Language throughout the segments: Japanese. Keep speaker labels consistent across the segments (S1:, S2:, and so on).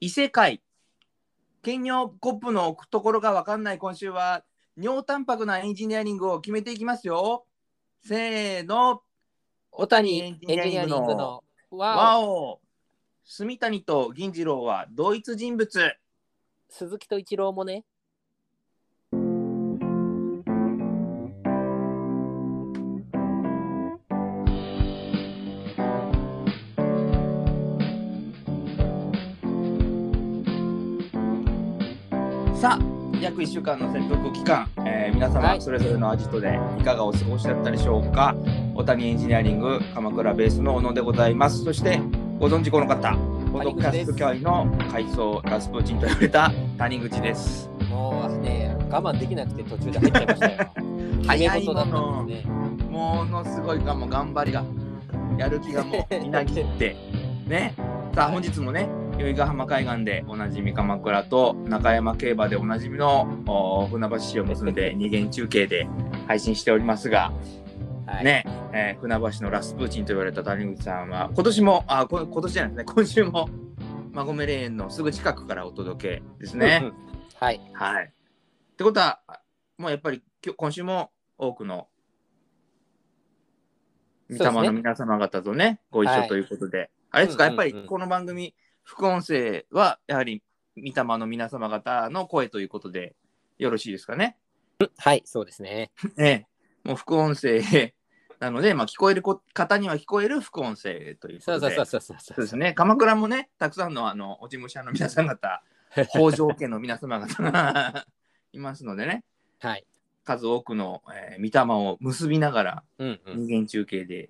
S1: 異世界。兼業コップの置くところがわかんない今週は、尿タンパクなエンジニアリングを決めていきますよ。せーの、
S2: 小谷エンジニアリングの
S1: わ
S2: 和を
S1: お住谷と銀次郎は同一人物。
S2: 鈴木と一郎もね。
S1: さあ、約1週間の潜伏期間、えー皆様、
S2: はい
S1: それぞれのアジトでいかがお過ごしだったでしょうか。小谷エンジニアリング鎌倉ベースの小野でございます。そして、ご存知この方、ポッドキャスト界の改装ラスプーチンと言われた谷口です。
S2: もうね、我慢できなくて途中で入っちゃいましたよ。
S1: 早い
S2: 決め事だったんですね。
S1: ものすごいかも頑張りがやる気がも うみなぎってねさあ本日もね由比ヶ浜海岸でおなじみ鎌倉と中山競馬でおなじみのお船橋市を結んで二元中継で配信しておりますが、
S2: はい、
S1: ね、えー船橋のラスプーチンと言われた谷口さんは今年もあこ今年じゃないですね 今週も馬込霊園のすぐ近くからお届けです
S2: うん
S1: ね。
S2: うん。はい。
S1: はい。ってことは、もうやっぱり今日今週も多くの
S2: そ
S1: 御
S2: うですね
S1: 霊の皆様方とね、ご一
S2: はい
S1: 緒ということで、あれですか、
S2: うんうんうん
S1: やっぱりこの番組、副音声はやはり御霊の皆様方の声ということでよろしいですかね。
S2: はい、そうですね。
S1: ええ、もう副音声なので、まあ、聞こえるこ方には聞こえる副音声というこ
S2: そう
S1: とで。
S2: そうそうそうそう。
S1: そうですね。鎌倉もね、たくさんのあのお事務所の皆さん 方、北条家の皆様方が いますのでね、
S2: はい。
S1: 数多くの、えー、御霊を結びながら、
S2: うんうん。
S1: 人間中継で、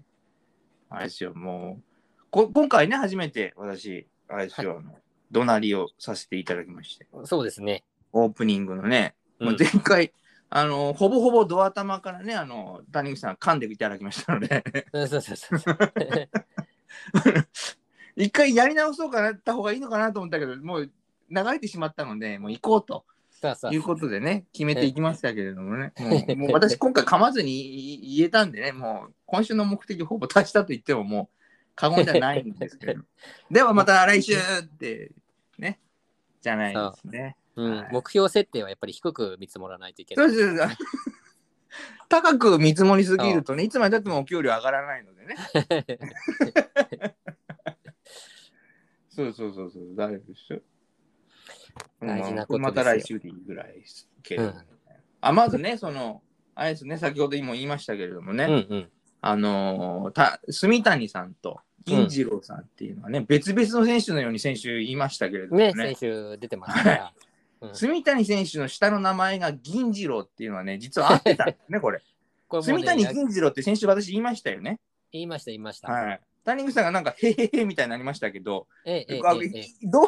S1: あれですよ、もう、こ今回ね、初めて私、あれですよ、あの怒鳴りをさせていただきまして、
S2: そうですね。
S1: オープニングのね、もう
S2: うん
S1: 前回、あのほぼほぼドア玉からね、あの谷口さん噛んでいただきましたので、
S2: そうそうそうそう。
S1: 一回やり直そうかなった方がいいのかなと思ったけど、もう流れてしまったので、もう行こうと
S2: そうそう
S1: いうことでね、決めていきましたけれどもね、もうもう私、今回噛まずに言えたんでね、もう今週の目的ほぼ達したと言ってももう過言じゃないんです けど、ではまた来週ってね、じゃないですね。
S2: うん、目標設定はやっぱり低く見積もらないといけな
S1: そう
S2: い。
S1: ですそうです高く見積もりすぎるとね、いつまでたってもお給料上がらないのでね。 そうそうそうそう、大丈夫ですよ。
S2: 大事なこ
S1: う
S2: とですよ
S1: んまた来週でいいぐらいですけど、
S2: うん
S1: あまずね、その、あれですね、先ほども言いましたけれどもね、
S2: うんうん。
S1: あのーた、住谷さんと銀次郎さんっていうのはね、別々の選手のように先週言いましたけれどもね
S2: ね、先週出てましたから。うん
S1: 住谷選手の下の名前が銀次郎っていうのはね、実は合ってたんですね、これ。
S2: これもう
S1: 住
S2: ね
S1: 谷銀次郎って先週私言いましたよね。
S2: 言いました、言いました。
S1: はい。谷口さんがなんか、へへへみたいになりましたけど、
S2: ええええ
S1: 僕は
S2: ええええ
S1: 同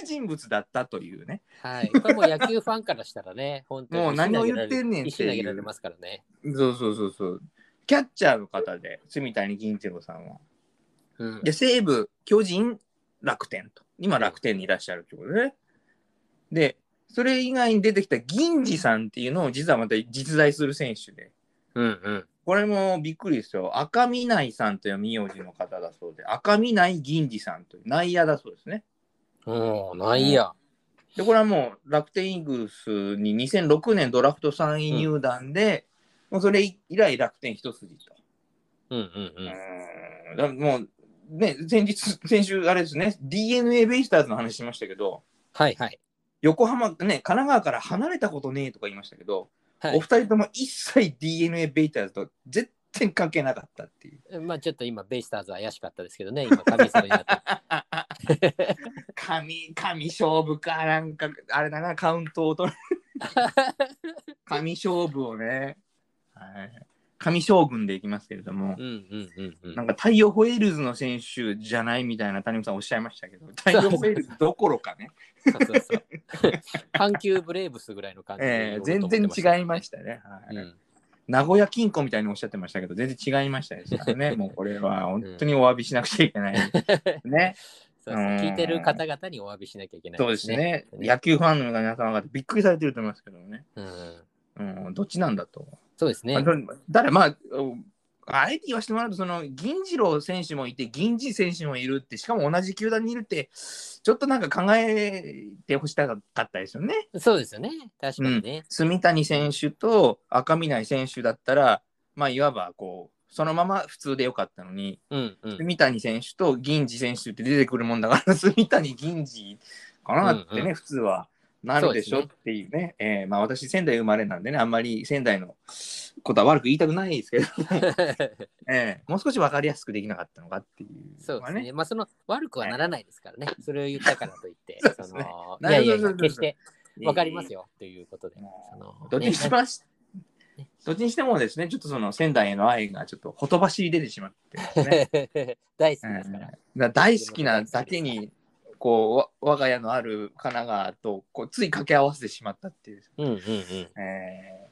S1: 一人物だったというね。
S2: はい。これもう野球ファンからしたらね、 本当に
S1: もう何を言ってんねんっていう
S2: 石投げられますからね。
S1: そうそうそうそう。キャッチャーの方で、住谷銀次郎さんは。
S2: うん
S1: で、西武、巨人、楽天と。今、楽天にいらっしゃるってことね。で、それ以外に出てきた銀次さんっていうのを実はまた実在する選手で。
S2: うんうん。
S1: これもびっくりですよ。赤見内さんという名字の方だそうで、赤見内銀次さんという内野だそうですね。
S2: おお、ないや。
S1: で、これはもう楽天イーグルスに2006年ドラフト3位入団で、もうそれ以来楽天一筋と。
S2: うんうんうん。
S1: うーんだもう、ね、先日、 先週、あれですね、d n a ベイスターズの話しましたけど、
S2: はいはい。
S1: 横浜、ね、神奈川から離れたことねえとか言いましたけど、
S2: は
S1: お二人とも一切 d n a ベイスターズと絶対関係なかったっていう。
S2: い。まあちょっと今、ベイスターズは怪しかったですけどね、今、神様にな って。
S1: 神、神勝負か、なんか、あれだな、カウントを 取る。神勝負をね、はい、神将軍でいきますけれども
S2: う。んうんうんうん。
S1: なんか太陽ホエールズの選手じゃないみたいな谷本さんおっしゃいましたけど、太陽ホエールズどころか ね、
S2: そうそうそう。阪急ブレーブスぐらいの感じで
S1: ええ
S2: 僕と思
S1: 全
S2: って
S1: 然
S2: ました。
S1: 違いましたね、はい
S2: うん
S1: 名古屋金庫みたいにおっしゃってましたけど、全然違いましたですからね。もうこれは本当にお詫びしなくちゃいけない。 ね。
S2: そうそう
S1: うん
S2: 聞いてる方々にお詫びしなきゃいけない
S1: そうです。ね。
S2: ね
S1: 野球ファンの皆様方、びっくりされてると思いますけどね。
S2: うん、
S1: うん、どっちなんだと。
S2: そうですね
S1: あ。ど誰、まあ、あえて言わせてもらうと、その銀次郎選手もいて、銀次選手もいるって、しかも同じ球団にいるって、ちょっとなんか考えてほしかったですよね。
S2: そうですよね。確かにね。
S1: 住谷選手と赤南選手だったら、まあ、いわばこうそのまま普通でよかったのに、
S2: うん、うん、
S1: 住谷選手と銀次選手って出てくるもんだから、 住谷銀次かなってね、
S2: うんう
S1: 普通はなるでしょ
S2: そう
S1: っ
S2: で
S1: ていうね、えーまあ、私、仙台生まれなんでね、あんまり仙台のことは悪く言いたくないですけど、えーもう少し分かりやすくできなかったのかっていう、
S2: そうですね。
S1: ね。
S2: まあ、その悪くはならないですからね。それを言ったからといって、
S1: そうで
S2: そ
S1: すね
S2: の、い
S1: な
S2: や
S1: るほど
S2: いやい
S1: そう
S2: や、
S1: そうそう
S2: 決してわかりますよということで。
S1: もう
S2: その
S1: どっちにし
S2: ね
S1: まし、どっちにしてもですね、ちょっとその仙台への愛がちょっとほとばしり出てしま ってですね。
S2: 大好
S1: う
S2: き
S1: ん
S2: ですから。
S1: だ大好きなだけにこうわ我が家のある神奈川とこうつい掛け合わせてしまったっていう、
S2: うんうんうん。
S1: えー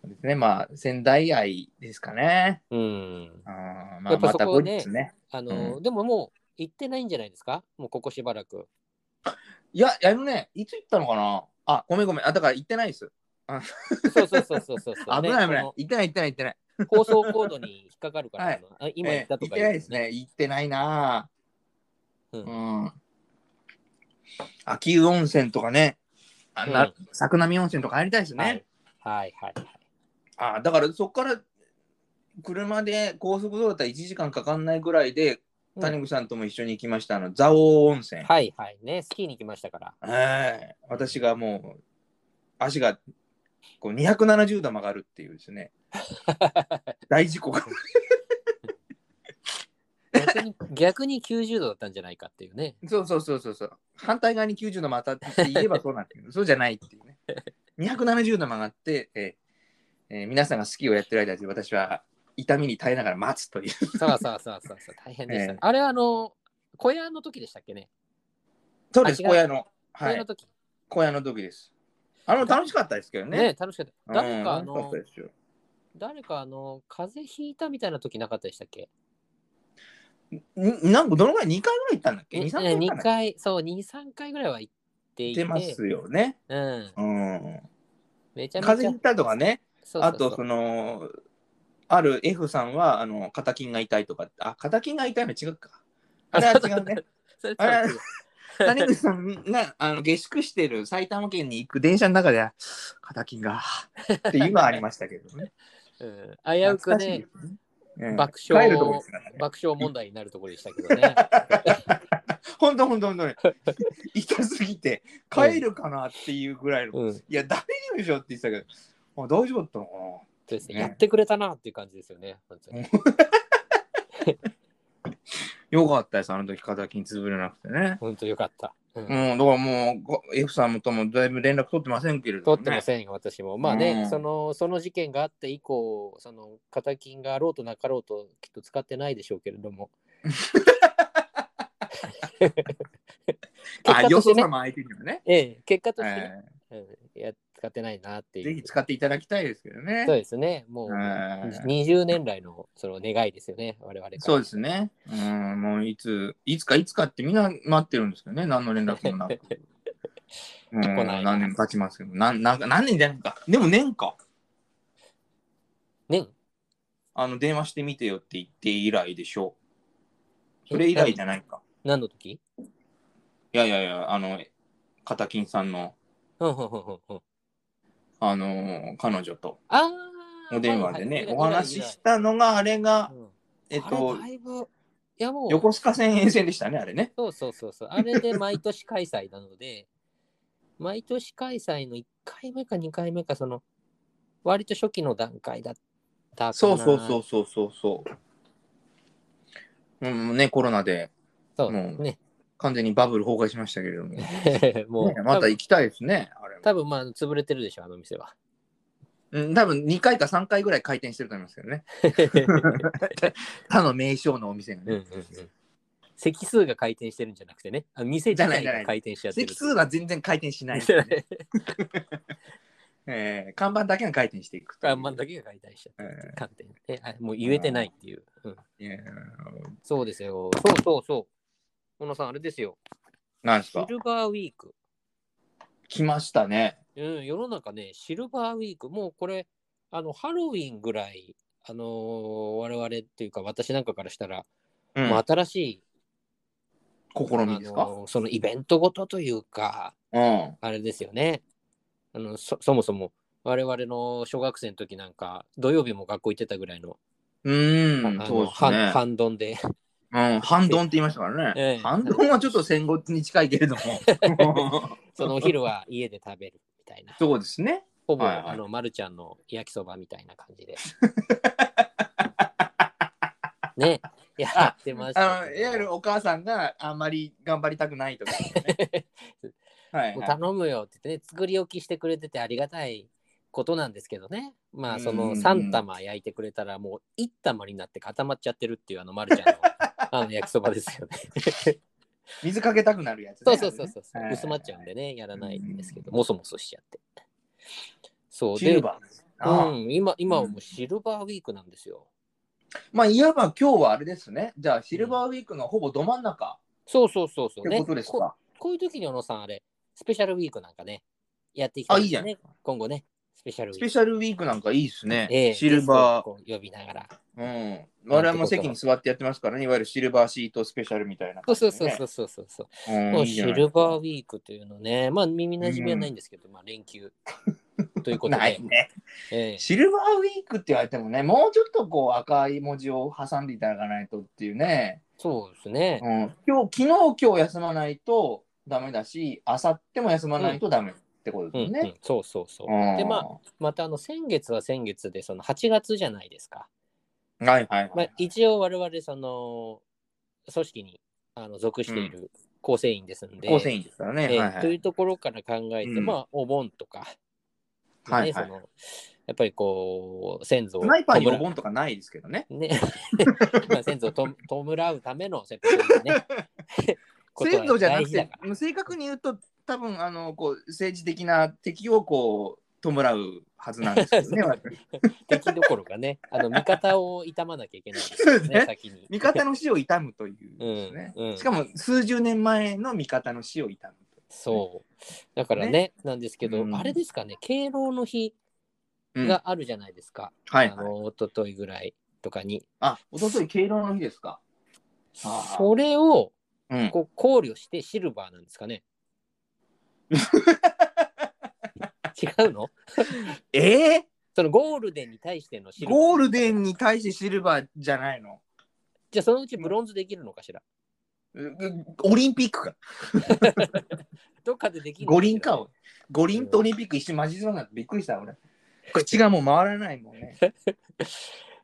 S1: そうですねまあ仙台愛ですかね、
S2: うん、
S1: うんま
S2: や
S1: あ、
S2: っぱ
S1: ま
S2: そ
S1: た
S2: こ
S1: 後
S2: をね
S1: 日ね
S2: あの、
S1: う
S2: でももう行ってないんじゃないですかもうここしばら く。
S1: いやあのねいつ行ったのかなあごめんごめんあだから行ってないです
S2: そうそうそうそうそうそう。
S1: 危ない危
S2: ね
S1: ない
S2: こ
S1: 行ってない行ってない行ってない
S2: の放送コードに引っかかるから、
S1: はい
S2: あのあ今行ったとか
S1: えー行ってないですね行ってないな
S2: う
S1: うんん、秋保温泉とかねあんな、
S2: うん
S1: 作並温泉とか入りたいですね、
S2: はいはいはいはい。
S1: あだからそこから車で高速道路だったら1時間かかんないぐらいで
S2: うん
S1: 谷口さんとも一緒に行きました、あの蔵王温泉、
S2: はいはい。ね、スキーに行きましたから。
S1: はい、私がもう足がこう270度曲がるっていうです ね大事故が
S2: 逆に逆に90度だったんじゃないかっていうね。
S1: そうそうそうそうそう反対側に90度曲がったって言えばそうなんだけどそうじゃないっていうね270度曲がって、えーえー皆さんがスキーをやってる間に私は痛みに耐えながら待つという
S2: そうそうそうそうそう、大変でした、ね
S1: ええ
S2: あれはあの、小屋の時でしたっけね。
S1: そうです
S2: あ違う
S1: 小屋の、
S2: 小
S1: は
S2: 屋
S1: い
S2: の、時、
S1: 小屋の時です。あの楽しかったですけど
S2: ね
S1: ね。
S2: 楽しかった。
S1: うん
S2: 誰かあ
S1: 楽しか
S2: の、
S1: ったですよ
S2: 誰かあの、風邪ひいたみたいな時なかったでしたっけ
S1: になんかどのぐらい2回ぐらい行ったんだっけ ?2、3回行ったん
S2: 2
S1: だっ
S2: 回、そう、2、3回ぐらいは行って
S1: け
S2: い、
S1: 行っててますよね。
S2: う
S1: う
S2: ん、
S1: ん。
S2: めちゃめちゃ。
S1: 風邪ひいたとかね、
S2: そうそ
S1: あ
S2: うそう
S1: とその、ある F さんはあの肩筋が痛いとか、あ、肩筋が痛いの違うか。あれは違うね。
S2: それ
S1: あれ
S2: そう
S1: 谷口さんがあの下宿してる埼玉県に行く電車の中で、肩筋が、っていうのはありましたけど ね。
S2: うん、危うく
S1: 懐かしい
S2: ね
S1: で、すね。うん
S2: 爆笑
S1: 帰るとこですからね。
S2: 爆笑問題になるところでしたけどね。
S1: ほんとほんとほんとね。 痛すぎて、帰るかなっていうぐらいの。
S2: うん、そう
S1: いや、大丈夫でしょって言ってたけど、あ大丈夫だったのか
S2: ですね
S1: ね
S2: やってくれたなっていう感じですよね。本当に
S1: な。よかったです、あの時、肩金潰れなくてね。
S2: 本当よかった。うん
S1: うん、だからもうご、F さんともだいぶ連絡取ってませんけれども、ね。
S2: 取ってませんよ、私も。まあね、
S1: うん
S2: その、その事件があって以降、その、肩金があろうとなかろうと、きっと使ってないでしょうけれども。
S1: あ、
S2: 結果
S1: よ
S2: とし
S1: そ
S2: てね
S1: 様相手にはね。
S2: ええ、結果としてね、
S1: え
S2: うんいや、使ってないなって
S1: ー
S2: いう。
S1: ぜひ使っていただきたいですけどね
S2: そう。ですね、もう、
S1: うん
S2: 20年来の、その、願いですよね、我々から。
S1: そうですね。うん、もういつ、いつかいつかってみんな待ってるんですけどね、何の連絡も なく。うん、
S2: 来ない
S1: 何年経ちますけど、なんなんか何年じゃないか。でも年か。
S2: ね。
S1: あの、電話してみてよって言って以来でしょう。それ以来じゃないか。
S2: 何の時
S1: いやいやいや、あの、片金さんの、
S2: うんうんうんうんうん
S1: あのー彼女と
S2: ああ
S1: お電話でね、お話しし
S2: い
S1: たのが、あれが、えっ
S2: あ
S1: と
S2: れ、だいぶ、いやもう、
S1: 横須賀線沿線でしたね、あれね。
S2: そうそうそうそう。あれで毎年開催なので、 毎年開催の1回目か2回目か、その、割と初期の段階だったかな。
S1: そうそうそう。そうそうそう。うん、ね、コロナで
S2: そう
S1: もう
S2: ね。
S1: 完全にバブル崩壊しましたけれども、ね、
S2: もう、
S1: ま
S2: 多
S1: た
S2: 分
S1: 行きたいですね、あれも
S2: 多分まあ、潰れてるでしょ、あの店は。
S1: うん、多分2回か3回ぐらい回転してると思いますけど ね。他の名称のお店が
S2: うんう
S1: ね
S2: ん。うん。席数が回転してるんじゃなくてね、あの店自体が回転しちゃってる。
S1: 席数は全然回転し ない、えー看板だけが回転していくという。
S2: 看板だけが回転しちゃってるっていう
S1: え
S2: 観点ねあもう言えてないっていう。うん
S1: えいや
S2: そうですよ。そうそうそう。小野さん、あれですよ。
S1: なんです
S2: シ
S1: か
S2: ルバーウィーク。
S1: 来ましたね。
S2: うん、世の中ね、シルバーウィーク、もうこれ、あの、ハロウィンぐらいあのー我々っていうか私なんかからしたら、
S1: うん
S2: もう新しい、
S1: 試
S2: あ
S1: みですか、
S2: のーそのイベントごとというかあれですよねあのそそもそも我々の小学生の時なんか土曜日も学校行ってたぐらいの,、
S1: うん。う
S2: あ
S1: ん、そう
S2: の
S1: ですね。
S2: 半半ドンで
S1: うん、半ドンって言いましたからね。
S2: ええ
S1: 半ドンはちょっと戦後に近いけれども。
S2: そのお昼は家で食べるみたいな
S1: そうですね。
S2: ほぼ、
S1: はいはい
S2: あの、ま、るちゃんの焼きそばみたいな感 じで。ね、やってました
S1: あ
S2: け
S1: の
S2: ど。
S1: いわゆるお母さんがあんまり頑張りたくないとか、 ね。はい、
S2: もう
S1: はい。
S2: 頼むよって言ってね、作り置きしてくれててありがたいことなんですけどね。まあ、そ
S1: うんうん
S2: の
S1: うん
S2: 3玉焼いてくれたら、もう1玉になって固まっちゃってるっていう、あの、まるちゃん のあの焼きそばですよね。
S1: 水かけたくなるやつ、ね。
S2: そうそうそう そう。
S1: あれね
S2: 薄まっちゃうんでね、やらないんですけど、もそもそしちゃって。そう
S1: シル
S2: で、
S1: バーです。ああ
S2: うん、今、今はもうシルバーウィークなんですよ。
S1: まあ、いわば今日はあれですね。じゃあ、シルバーウィークのほぼど真ん中
S2: そうそうそうそう。
S1: ってことですか。
S2: こういう時に小野さん、あれ、スペシャルウィークなんかね、やっていきたいですね。
S1: あいい
S2: 今後ね、スペシャルウィ
S1: ス
S2: ーク。
S1: ペシャルウィークなんかいいですね。
S2: ええ
S1: シルバ
S2: ゲストをこう呼びながら。
S1: ー。うん。我々も席に座ってやってますからね。いわゆるシルバーシートスペシャルみたいな
S2: そ
S1: 感
S2: う
S1: じで
S2: そ
S1: ね、
S2: うそうそうそうそうそう。
S1: うん
S2: もう
S1: いいじ
S2: シ
S1: ゃない
S2: ルバーウィークというのね、まあ耳なじみはないんですけど、まあ 連休ということで。
S1: ないね。
S2: ええ
S1: シルバーウィークって言われてもね、もうちょっとこう赤い文字を挟んでいただかないとっていうね。
S2: そうですね。
S1: うん、今日、昨日、今日休まないとダメだし、明後日も休まないとダメってこと
S2: う
S1: です
S2: ん、う
S1: ね。
S2: ん、そうそうそう。
S1: うん
S2: で、まあ、またあの、先月は先月で、その8月じゃないですか。
S1: はいはい
S2: ま
S1: は
S2: あ
S1: い。、
S2: 一応我々、その、組織にあの属している構成員ですんで、
S1: 構成員ですからね。
S2: ええ
S1: はいは
S2: とい
S1: い。
S2: うところから考えて、
S1: うん
S2: まあお盆とか、ね
S1: はい
S2: そ
S1: はい
S2: のやっぱりこう先祖を
S1: スナイパーに
S2: 弔
S1: お盆とかないですけどね。
S2: ね まあ先祖をと弔うためのそういうことねこと は
S1: 先祖じゃな
S2: 大
S1: く
S2: 事だ
S1: て
S2: から、
S1: 正確に言うと、多分あのこう政治的な敵をこう弔うはずなんですけどね。 私
S2: 敵どころかねあの味方を傷まなきゃいけないですよ
S1: そうですね
S2: ね先に
S1: 味方の死を悼むというですね、
S2: うんうん
S1: しかも数十年前の味方の死を悼む
S2: そうだからねなんですけど、
S1: うん
S2: あれですかね敬老の日
S1: という、うん
S2: があるじゃないですか、
S1: はい
S2: あ
S1: はい、
S2: の一昨日ぐらいとかに
S1: あおととい敬老の日ですか、あー
S2: それを
S1: うん、
S2: こう考慮してシルバーなんですか ね違うの
S1: え
S2: そのゴールデンに対してのシ
S1: ー、
S2: ルバー
S1: ゴールデンに対してシルバーじゃないの
S2: じゃあそのうちブロンズできるのかしら
S1: ううオリンピックか
S2: どっかでできるの
S1: 五
S2: し
S1: 輪
S2: ら
S1: かを五輪とオリンピック一瞬混じりそうになってびっくりした俺口がもう回らないもん ね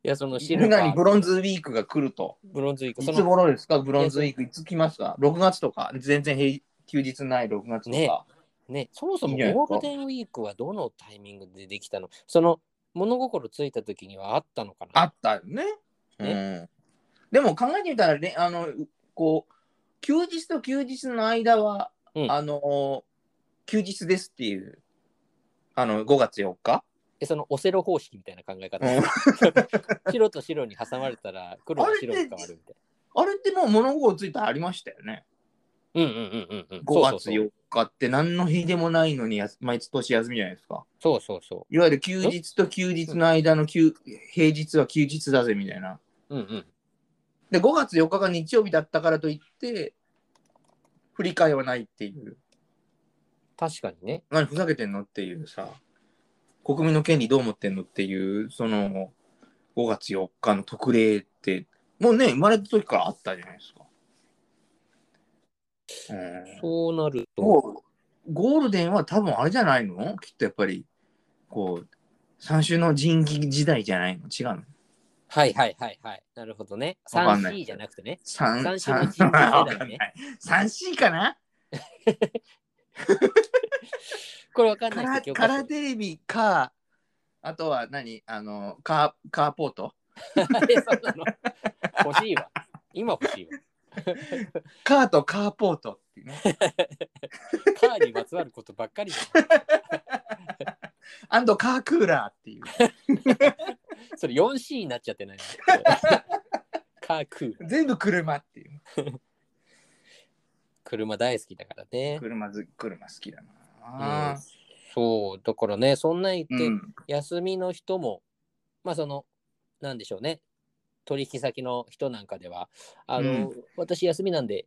S2: いやそのシ
S1: み
S2: ル
S1: ん
S2: バ
S1: な
S2: ー
S1: にブロンズウィークが来ると
S2: ブロンズいく
S1: い
S2: そ
S1: つ
S2: の
S1: 頃ですかブロンズウィークいつ来ますか6月とか全然平休日ない6月とか、
S2: ねねそもそ
S1: い
S2: も
S1: いんじゃないですか
S2: ゴールデンウィークはどのタイミングでできたのその物心ついた時にはあったのかな
S1: あったよね。うん、でも考えてみたらね、あのうこう休日と休日の間は、
S2: うん
S1: あの休日ですっていうあの5月4日、
S2: えそのオセロ方式みたいな考え方、
S1: うん
S2: 白と白に挟まれたら黒が白に変わるみたい
S1: あれってもう物心ついたらありましたよね。
S2: なうんうんうんうんうん
S1: 5月
S2: そう
S1: 4日って何の日でもないのにやす毎年休みじゃないですか。
S2: そうそうそ
S1: いわゆる休日と休日の間の休平日は休日だぜみたいな。
S2: ううんうん
S1: で5月4日が日曜日だったからといって振り替えはないっていう。
S2: 確かにね
S1: 何ふざけてんのっていうさ国民の権利どう思ってんのっていうその5月4日の特例ってもうね生まれた時からあったじゃないですか。うん
S2: そうなると
S1: もうゴールデンは多分あれじゃないのきっとやっぱりこう三種の神器時代じゃないの違うの
S2: はいはいはいはいなるほどね
S1: わかんない
S2: 3C じゃなくてね
S1: 三
S2: 三種の神器
S1: 三
S2: 時代ね
S1: わかんない三 C かな
S2: これわかん
S1: カ
S2: ない
S1: ラ
S2: 人教
S1: カ
S2: 科
S1: ラ
S2: 書
S1: テレビかあとは何あのカーカーポート
S2: えそうなの欲しいわ今欲しいわ
S1: カーとカーポートっていうね
S2: カーにまつわることばっかりじ
S1: アンドカークーラーっていう。
S2: ゃんそれ 4C になっちゃってないカークール
S1: 全部車っていう。
S2: 車大好きだからね
S1: 車ず車好きだ
S2: うん
S1: な。
S2: そうだからねそんな言って
S1: うん。
S2: 休みの人もまあそのなんでしょうね、取引先の人なんかでは、あの、私休みなんで、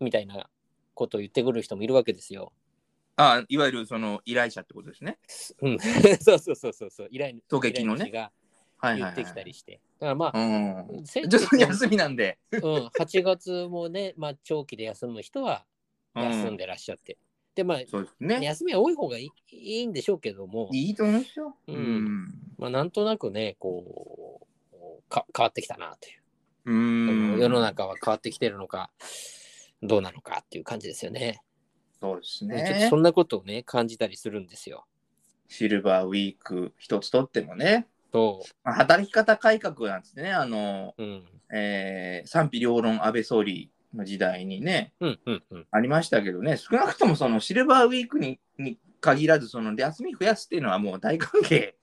S2: みたいなことを言ってくる人もいるわけですよ。
S1: あいわゆるその依頼者ってことですね。
S2: うん、そうそうそうそうそう、依頼
S1: 狙撃のね
S2: 依頼主が
S1: はい
S2: 言
S1: はい、
S2: ってき
S1: は
S2: たり
S1: い。
S2: して。だからまあ、
S1: うん。
S2: 先
S1: ちょ
S2: 月
S1: っと休みなんで。
S2: うん、8月もね、まあ、長期で休む人は
S1: う
S2: 休ん
S1: ん。
S2: でらっしゃって。で、まあ、
S1: そうですね。
S2: 休みは多い方がいいいいんでしょうけども、
S1: いいと思うんですよ。
S2: うん
S1: ん。
S2: まあ、なんとなくね、こう、か変わってきたなという。
S1: う
S2: こ
S1: ん。
S2: の世の中は変わってきてるのか、どうなのかっていう感じですよね。
S1: そうです
S2: ちょっと
S1: ね
S2: そ。んなことをね、感じたりするんですよ。
S1: シルバーウィーク一つとってもね、
S2: そ
S1: まあ、働き方改革なんつってね、あの、
S2: う。うん。
S1: えー賛否両論安倍総理の時代にね、
S2: うんうんうん。
S1: ありましたけどね、少なくともそのシルバーウィークにに限らず、その休み増やすっていうのはもう大歓迎で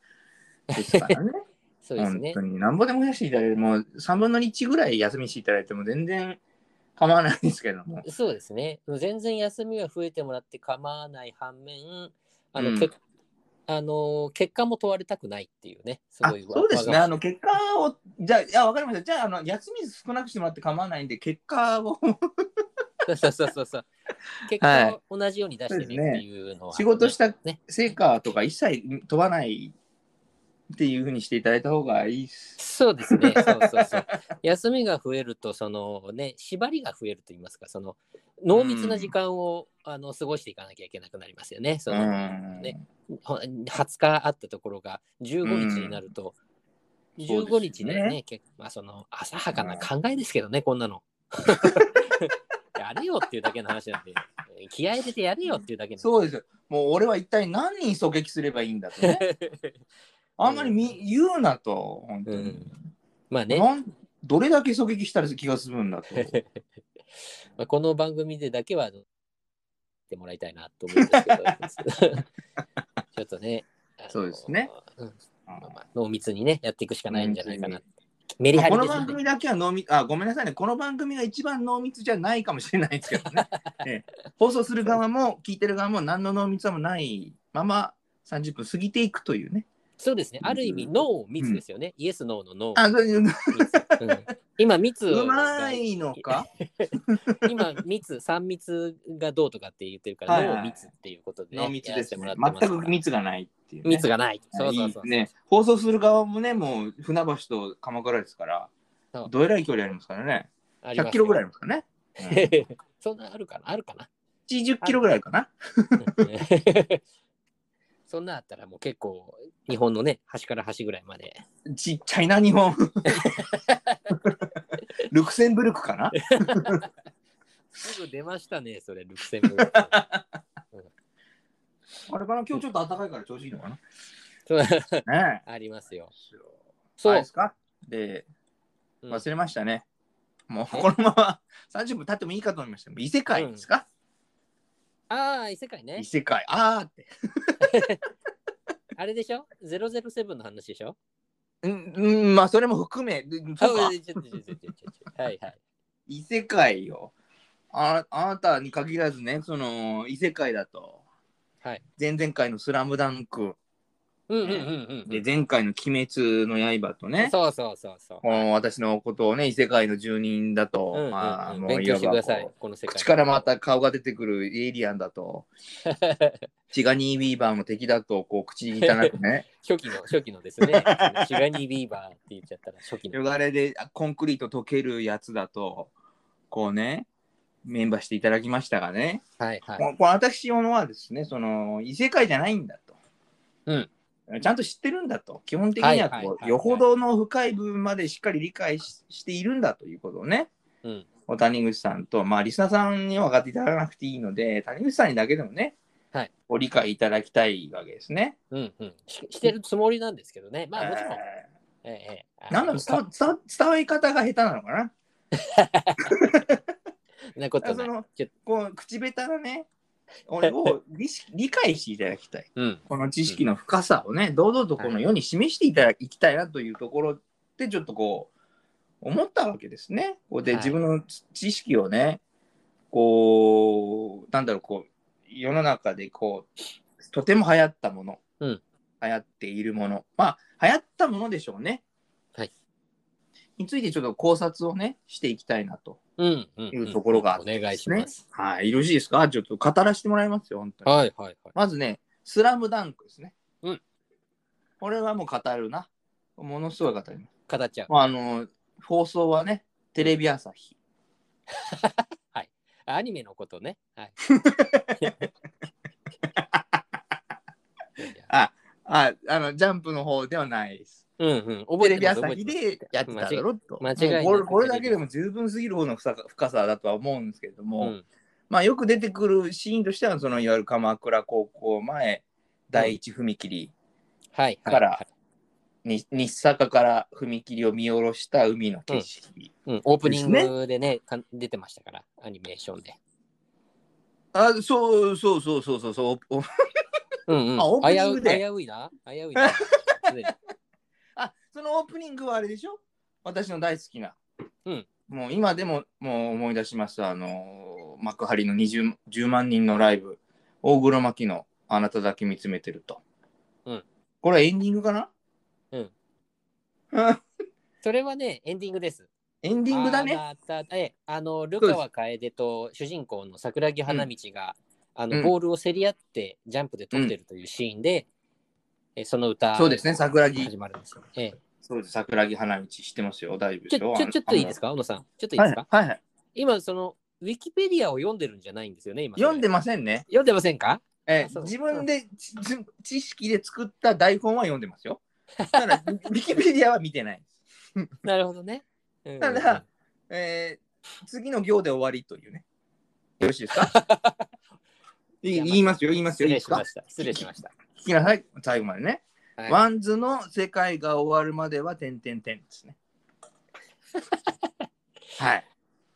S1: すからね。
S2: そうです
S1: 本
S2: ね
S1: 当。になんぼでも増やしていただいて、もう3分の1ぐらい休みしていただいても全然構わないですけども。
S2: そうですね。全然休みは増えてもらって構わない反面、あの、
S1: うん
S2: けあの結果も問われたくないっていうね、す
S1: あ
S2: ごいわ
S1: そうですね、
S2: わが
S1: あの結果を、じゃあ、いや、わかりました。じゃあ、あの休み少なくしてもらって構わないんで、結果を、
S2: そうそうそうそう。結
S1: は
S2: 果
S1: い
S2: を同じように出してね
S1: そうですね
S2: っていうのは、
S1: 仕事した
S2: ね。
S1: 成果とか一切問わないっていうふうにしていただいた方がいいっす。
S2: そうですね。そうそうそう。休みが増えると、そのね、縛りが増えると言いますか、その濃密な時間を、あの過ごしていかなきゃいけなくなりますよね。
S1: う
S2: その
S1: ん。
S2: ねほ20日あったところが15日になると、
S1: うん
S2: 15
S1: そ
S2: 日で
S1: うで
S2: ね
S1: すね
S2: 結構まあその浅はかな考えですけどね、こんなの。やれよっていうだけの話なんで、気合い入れてやれよっていうだけの
S1: そうですよ。もう俺は一体何人狙撃すればいいんだと ね。あんまりみ言うなと、本当
S2: う
S1: に。
S2: ん、まあね、
S1: なんどれだけ狙撃したら気が済むんだ と。
S2: まあこの番組でだけはあのやってもらいたいなと思うんですけど、 ちょっとね、あの
S1: そうですね。
S2: うん
S1: うん
S2: まあまあ濃密にね、やっていくしかないんじゃないかな。メリ
S1: まあ
S2: ハ
S1: こ
S2: リ
S1: の
S2: ですよ
S1: 番
S2: ね。
S1: 組だけは濃密、あ、ごめんなさいね。この番組が一番濃密じゃないかもしれないですけど ね。ええ放送する側も聞いてる側も何の濃密さもないまま30分過ぎていくというね。
S2: そうですね。ある意味、
S1: うん
S2: 脳密ですよね。イエス、ノーの脳
S1: あ、そういう
S2: 密。うん今、密を
S1: うまいのか
S2: 今、密、三密がどうとかって言ってるから、
S1: はいはい
S2: 脳密っていうことで、ね、
S1: 濃密です、
S2: やら
S1: ね
S2: せ。てもらってます
S1: 全
S2: から
S1: く密がないっていう、ね。
S2: 密がない。そうそうそう。
S1: いいね。放送する側もね、もう船橋と鎌倉ですから
S2: そう、
S1: どえらい距離ありますからね。
S2: ありま
S1: 100
S2: すよ
S1: キロぐらいありますからね。うん
S2: そんなあるかなあるかな
S1: 80キロぐらいかな。
S2: うんそんなあったらもう結構日本のね端から端ぐらいまで
S1: ちっちゃいな、日本。ルクセンブルクかな。
S2: すぐ出ましたねそれルクセンブルク
S1: あれかな、今日ちょっと暖かいから調子いいのか
S2: そう
S1: な。ねえ。
S2: ありますよ
S1: あ
S2: そ
S1: れ
S2: う
S1: ですかで、
S2: うん
S1: 忘れましたね。もうこのまま30分経ってもいいかと思いました。異世界ですか、
S2: ああ異世界ね
S1: 異世界。あーって。
S2: あれでしょ ?007 の話でしょ
S1: うん、うん、まあそれも含め、でそうか
S2: あちょっとちょっとちょっとちょっとはいはい。
S1: 異世界よあ。あなたに限らずね、その異世界だと、
S2: はい、
S1: 前々回の「スラムダンク
S2: うんうんうんうん。
S1: で前回の「鬼滅の刃」とね、
S2: そうそうそうそう。
S1: この私のことをね異世界の住人だと、
S2: うんうんうん
S1: まあもう
S2: 勉
S1: い
S2: 強
S1: わ
S2: してく
S1: ば
S2: ださい
S1: こ、
S2: この
S1: う
S2: 世界。
S1: 口からまた顔が出てくるエイリアンだ とシガニー・ウィーバーの敵だとこう口汚く ね
S2: 初期の、初期のですね。シガニー・ビーバーって言っちゃったら初期の。
S1: よだれであコンクリート溶けるやつだとこうねメンバーしていただきましたがね、
S2: はいはい。
S1: ここの私のはですねその異世界じゃないんだと、ちゃんと知ってるんだと基本的には
S2: はいはい
S1: こ
S2: は
S1: う
S2: い
S1: よほどの深い部分までしっかり理解ししているんだということをね、
S2: うん
S1: こう谷口さんと、まあ、リスナーさんには分かっていただかなくていいので谷口さんにだけでもね、
S2: はい
S1: ご理解いただきたいわけですね。
S2: うんうん。ししてるつもりなんですけどね。まあもちろん。え
S1: え
S2: えええ
S1: ーなんだろう伝わ伝わ伝わり方が下手なのかな
S2: そんなこ
S1: だから
S2: とな
S1: そ
S2: い。
S1: の
S2: ちょ
S1: こう口下手なね 俺を理し理解していただきたい。
S2: うん。
S1: この知識の深さをね、堂々とこの世に示していただきたいなというところで、ちょっとこう、思ったわけですね。こうで、
S2: はい
S1: 自分の知識をね、こう、なんだろう、こう、世の中でこう、とても流行ったもの、
S2: うん
S1: 流行っているもの、まあ、流行ったものでしょうね。
S2: はい
S1: についてちょっと考察をね、していきたいなと。
S2: うん、うん。
S1: いうところがあっ
S2: お
S1: て
S2: 願いします。
S1: はい、よろしいですかちょっと語らせてもらいますよ、本当に。
S2: はい、はい、はい。
S1: まずね、スラムダンクですね。
S2: うん。
S1: これはもう語るな。ものすごい語ります。
S2: 形ちゃん。
S1: まあ、あの、放送はね、テレビ朝日。
S2: アニメのこと ね。はい。いやいや
S1: あ、あの、ジャンプの方ではないです。
S2: うんうん。覚
S1: テレ
S2: えて
S1: ビ
S2: ます
S1: 朝日でやってただろと。
S2: 間違い間違いなく
S1: もうこれこれだけでも十分すぎる方の深さ深さだとは思うんですけれども、
S2: 覚えて
S1: まあよく出てくるシーンとしては、そのいわゆる鎌倉高校前、第一踏切
S2: ますうん。はい。
S1: か
S2: はいは
S1: ら
S2: い、
S1: に日坂から踏切を見下ろした海の景色。
S2: うん、オープニングでねかん出てましたから、アニメーションで。
S1: あ、そうそうそうそうそうそう。おお
S2: うんうん。
S1: あオープニングで
S2: 危う危ういな。危うい な。すでに
S1: あ、そのオープニングはあれでしょ私の大好きな。
S2: うん。
S1: もう今でももう思い出します。あのー幕張の20 10万人のライブ、大黒摩季のあなただけ見つめてると。
S2: うん。
S1: これはエンディングかな
S2: うん。
S1: あ
S2: それはね、エンディングです。
S1: エンディングだね。
S2: あなたえ、あの、ルカワ楓と主人公の桜木花道が、あ
S1: うん
S2: の、ボールを競り合って、ジャンプで取ってるというシーンで、えその歌、
S1: そうですね、桜木。
S2: 始まるんですよ。ええ
S1: そうです、桜木花道知ってますよ、大丈夫
S2: ち
S1: で
S2: ょ、
S1: すよ。
S2: ちょ、ちょっといいです
S1: か
S2: か、小野さん。ちょっといい
S1: は
S2: で
S1: い
S2: すか、
S1: はいはい。
S2: 今、その、ウィキペディアを読んでるんじゃないんですよね、今。
S1: 読んでませんね。
S2: 読んでませんか
S1: え
S2: あ
S1: ー
S2: そう
S1: 自分でち知知識で作った台本は読んでますよ。ただ、ウィキペディアは見てない。
S2: なるほどね。うん
S1: ただ、えー次の行で終わりというね。よろしいですかい
S2: いやまあ
S1: 言いますよ、言いますよ。
S2: 失
S1: いいで
S2: 礼
S1: す
S2: し
S1: か
S2: ました。失礼しました。
S1: 聞きなさい、最後までね。
S2: はい
S1: ワンズの世界が終わるまでは、点点点です ね。はい、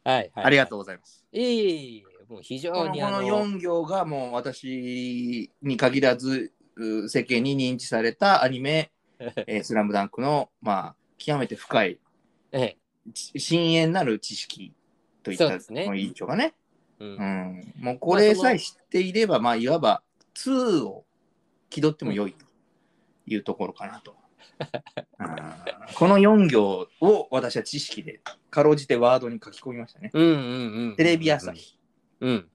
S2: はい、はい。
S1: ありが
S2: う。
S1: とうございます。
S2: いえいえいえ、もう非
S1: こ
S2: 常
S1: の
S2: に
S1: こ
S2: あ
S1: の
S2: の、
S1: 4行がもう私に限らず、う世間に認知されたアニメ、えースラムダンクの、まあ、極めて深い、
S2: え
S1: ち深淵なる知識といっ
S2: そう
S1: た
S2: ですね
S1: のいいでしょうかね。
S2: え、うん
S1: う。ん、もうこれさえ知っていれば、まあ、いわば2を気取っても良いというところかなと。あーこの4行を私は知識で、かろうじてワードに書き込みましたね。
S2: うんうんうん。
S1: テレビ朝。日、
S2: うん。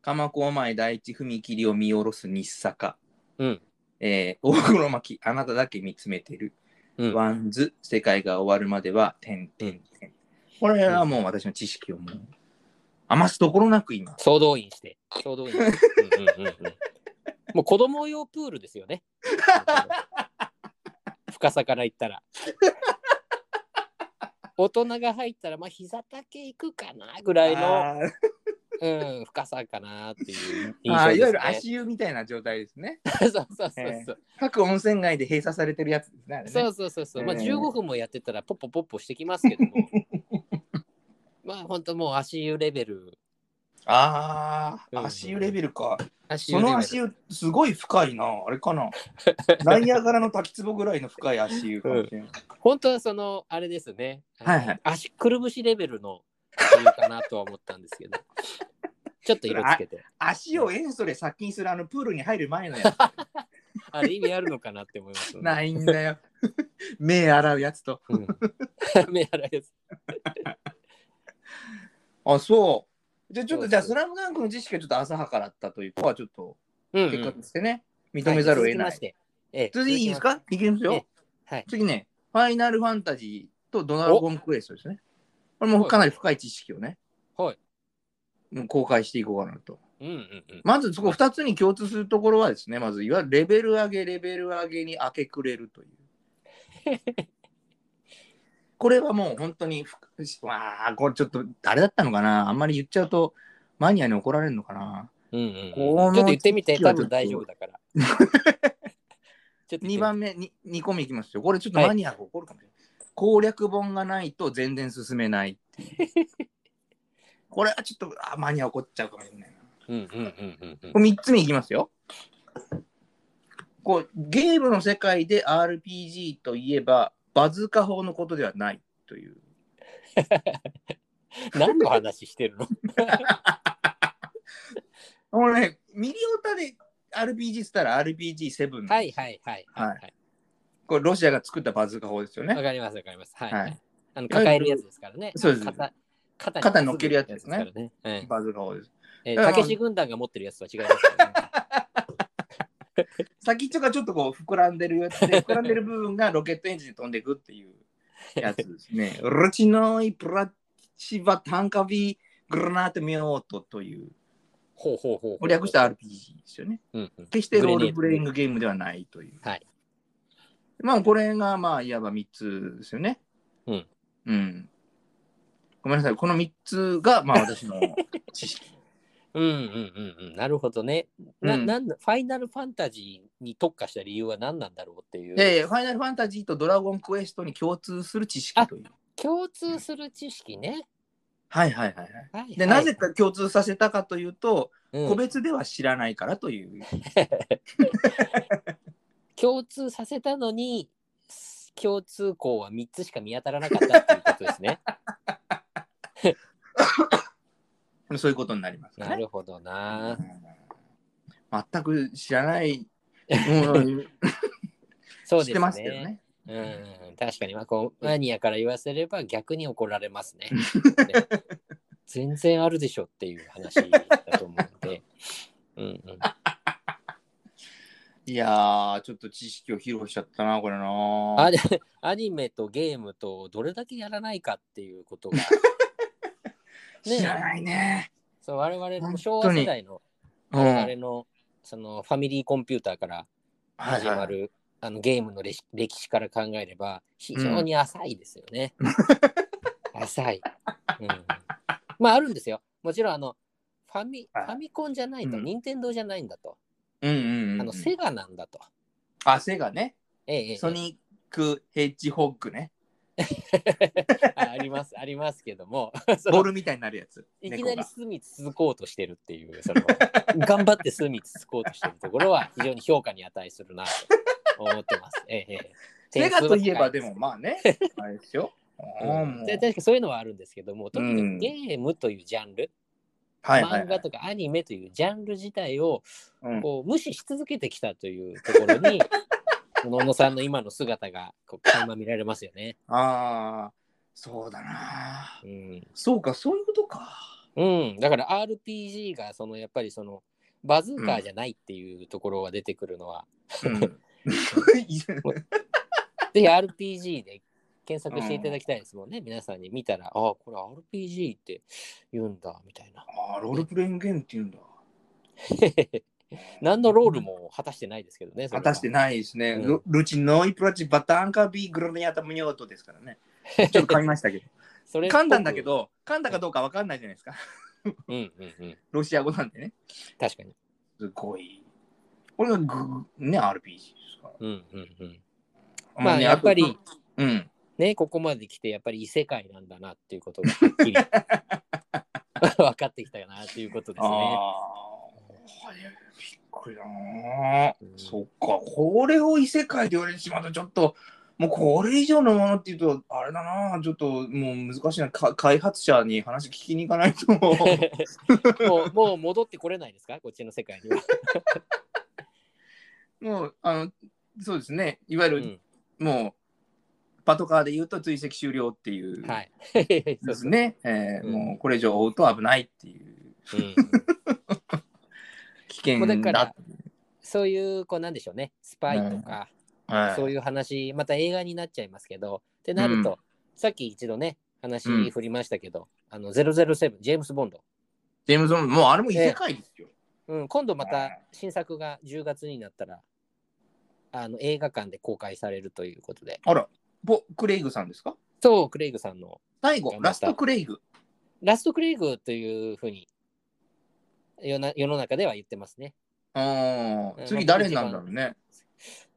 S1: 鎌子前第一踏切を見下ろす日坂、
S2: うん。
S1: えー大黒摩季、あなただけ見つめてる、
S2: うん。
S1: ワンズ、世界が終わるまでは、点点点。これはもう私の知識をもう余すところなく今、
S2: 総動員して。総動員 して。うんうんうんうん。もう子供用プールですよね。深さから言ったら。大人が入ったら、まあ、膝丈いくかなぐらいの、
S1: あー
S2: うん、深さかなってい
S1: あー
S2: う印象です、ね。
S1: いわゆる足湯みたいな状態ですね。
S2: そうそうそうそう。
S1: え各温泉街で閉鎖されてるやつですね。あれね
S2: そうそうそうそう。まあ
S1: えー
S2: 15分もやってたらポッポポッポしてきます けども。まあ本当もう足湯レベル。
S1: あ
S2: うんう
S1: あ、
S2: ん
S1: 足湯レベルか。
S2: 足湯
S1: そ
S2: レベ
S1: の
S2: ル。
S1: 足湯、すごい深いな。あれか な。ナイアガラの滝壺ぐらいの深い足湯かもしれない。
S2: 本当はそのあれですね。
S1: はいはい
S2: 足くるぶしレベルの足湯かなとは思ったんですけど。 ちょっと色つけて。
S1: 足を塩素で殺菌するあのプールに入る前のや
S2: あれ意味あるの かなって思います、
S1: つ。ないんだよ。 目洗うやつと。
S2: うん。 目洗いです。
S1: あ、そう。じゃあちょっ
S2: そ
S1: と、
S2: うそう
S1: じゃあ、スラムダンクの知識がちょっと浅はかだったということは、ちょっと
S2: うん、うん
S1: 結果としてね、認めざるを得な
S2: はい続きま。してええ
S1: 続いていいですかいきますよ。
S2: はい
S1: 次ね、ファイナルファンタジーとドラゴンクエストですね。これもかなり深い知識をね、
S2: はい。
S1: もう公開していこうかなと。
S2: うんうんうん。
S1: まずそこ2つに共通するところはですね、まずいわゆるレベル上げ、レベル上げに明け暮れるという。これはもう本当にふ、わあ、これちょっとあれだったのかなあんまり言っちゃうとマニアに怒られるのかな
S2: うん
S1: こ
S2: うんう
S1: の
S2: ん、ちょっと言ってみて、
S1: 時は
S2: 多
S1: ちょっ
S2: 分
S1: と
S2: 大丈夫 だから。ちょっと言ってみて
S1: 2番目に2個目いきますよ。これちょっとマニアが怒るかもしれない。攻略本がないと全然進めないっていうこれはちょっとあマニア怒っちゃうかもしれないな。
S2: うんうんうんうんうん
S1: こ。れ3つ目いきますよ。こうゲームの世界で RPG といえばバズーカ法のことではないという。
S2: 何の話してるの
S1: 俺ね、ミリオタで RPG したら RPG7。
S2: はいはいはいはい。
S1: これロシアが作ったバズーカ法ですよ
S2: わ、
S1: ね。
S2: かりますわかります。はい、
S1: は
S2: はいい。あの抱えるやつですからね。
S1: そうです
S2: 肩肩
S1: 肩に乗っけるやつですね
S2: 担ぐやつからね。はい
S1: バズが多いです。
S2: えー
S1: だから
S2: たけし軍団が持ってるやつとは違います からね。
S1: 先っちょがちょっとこう膨らんでるやつ で、膨らんでる部分がロケットエンジンに飛んでいくっていうやつですね。ルチノイプラチバタンカビグラナートミョートという、
S2: ほうほうほうほう。
S1: 略した RPG ですよね。
S2: うんうん。
S1: 決してロールプレイングゲームではないという。
S2: はい。
S1: まあ、これが、まあ、いわば3つですよね。
S2: うん。
S1: うん。ごめんなさい。この3つが、 まあ、私の知識。
S2: うんうんうんうん。なるほどね。な、
S1: うん
S2: なんだファイナルファンタジーに特化した理由は何なんだろうっていう。
S1: で、ファイナルファンタジーとドラゴンクエストに共通する知識という。
S2: 共通する知識ね。
S1: はいはいはいはい。
S2: はい、はい。
S1: で、なぜか共通させたかというと、
S2: うん
S1: 個別では知らないからという。
S2: 共通させたのに、共通項は3つしか見当たらなかったっていうことで すね。
S1: そういうことになりますね。
S2: なるほど
S1: う
S2: な。
S1: ん全く知ら ない。うん、
S2: そう
S1: 知っ
S2: ですね。
S1: てますけどね。
S2: うん、確かに、まあ、こうマニアから言わせれば逆に怒られます ね。ね全然あるでしょっていう話だと思うん で。うんうん、
S1: いやー、ちょっと知識を披露しちゃったな、これな。
S2: あれアニメとゲームとどれだけやらないかっていうことが。
S1: 知らないね。
S2: そう我々も
S1: 本
S2: 昭和
S1: 当に
S2: 世代の
S1: うん。
S2: あれのそのファミリーコンピューターから
S1: はい
S2: 始
S1: はい
S2: まる、あのゲームの歴史歴史から考えれば非常に浅いですよね。浅い、うん。まああるんですよ。もちろんあのファミフ
S1: はい
S2: ァミコンじゃないと、
S1: うん
S2: 任天堂じゃないんだと、
S1: うんうんうん。
S2: あのセガなんだと。
S1: あ、セガね。
S2: ええええ
S1: ソニック・ヘッジホッグね。
S2: あありますありますけどもそ
S1: ボー
S2: の
S1: ルみたいになるやつ。
S2: いきな
S1: 猫
S2: り
S1: が
S2: 隅つつこうとしてるっていうその頑張って隅つつこうとしてるところは非常に評価に値するなと思ってます。ええええ
S1: セガといえばで。
S2: 点数は高い
S1: も
S2: す
S1: まあ ね、あれですよ。あーもう
S2: で確かそういうのはあるんですけども、特
S1: う
S2: に
S1: ん
S2: ゲームというジャンル、
S1: はいはい
S2: 漫
S1: は
S2: 画
S1: い。
S2: とかアニメというジャンル自体を
S1: うん
S2: こう無視し続けてきたというところ に、この小野さんの今の姿がこう垣間見られますよね。
S1: ああ、そうだな。
S2: うん、
S1: そうか、そういうことか。
S2: うん、だから RPG がそのやっぱりそのバズーカーじゃないっていうところが出てくる のは、
S1: うん、
S2: ぜひ RPG で検索していただきたいですもんね、皆さんに見たら、ああ、これ RPG って言うんだみたいな。
S1: あーロールプレイングゲームって言うんだ。
S2: 何のロールも果たしてないですけどね。それ
S1: 果た
S2: は
S1: してないですね。
S2: うん
S1: ルルチノイプラチバタンカビグラニアタムニョートですからね。ちょっと噛みま したけど。
S2: それっぽく
S1: 噛んだんだけ。ど、噛んだかどうかわかんないじゃないですか。
S2: うんうんうん。
S1: ロシア語なんでね。
S2: 確かに。
S1: すごい。これがグね、RPG ですから。
S2: うんうんうん。まあ
S1: ね
S2: やっぱり。
S1: あとうん。
S2: ね、ここまで来てやっぱり異世界なんだなっていうことがはっきり 分かってきたよなっていうことですね。
S1: ああ、びっくりだな、
S2: うん
S1: そっか、これを異世界で言われてしまうと、ちょっと、もうこれ以上のものっていうと、あれだな、ちょっともう難しいな、か開発者に話聞きに行かないと。
S2: もうもう戻ってこれないですかこっちの世界には。
S1: もう、あの、そうですね、いわゆ
S2: う
S1: る、
S2: ん、
S1: もう、パトカーで言うと追跡終了っていう、
S2: はい。そ
S1: で
S2: う
S1: す
S2: そう
S1: ね、えー
S2: うん
S1: もうこれ以上追うと危ないっていう、
S2: うん
S1: 危険だ
S2: もうだからそういうこうなんでしょうねスパイとか、
S1: はい、
S2: そういう話また映画になっちゃいますけどってなると、
S1: うん
S2: さっき一度ね
S1: うん
S2: 話振りましたけど、あの007ジェームス・ボンド、
S1: ジェームズ・ボンドもうあれも異世界ですよ。
S2: うん、今度ま
S1: はい
S2: た新作が10月になったらあの映画館で公開されるということで
S1: あら、ボクレイグさんですか
S2: そうクレイグさんの
S1: 最後
S2: 頑張、った
S1: ラストクレイグ。
S2: ラストクレイグというふうに世な世の中では言ってますね
S1: あー
S2: うん
S1: 次誰になるんだろうね。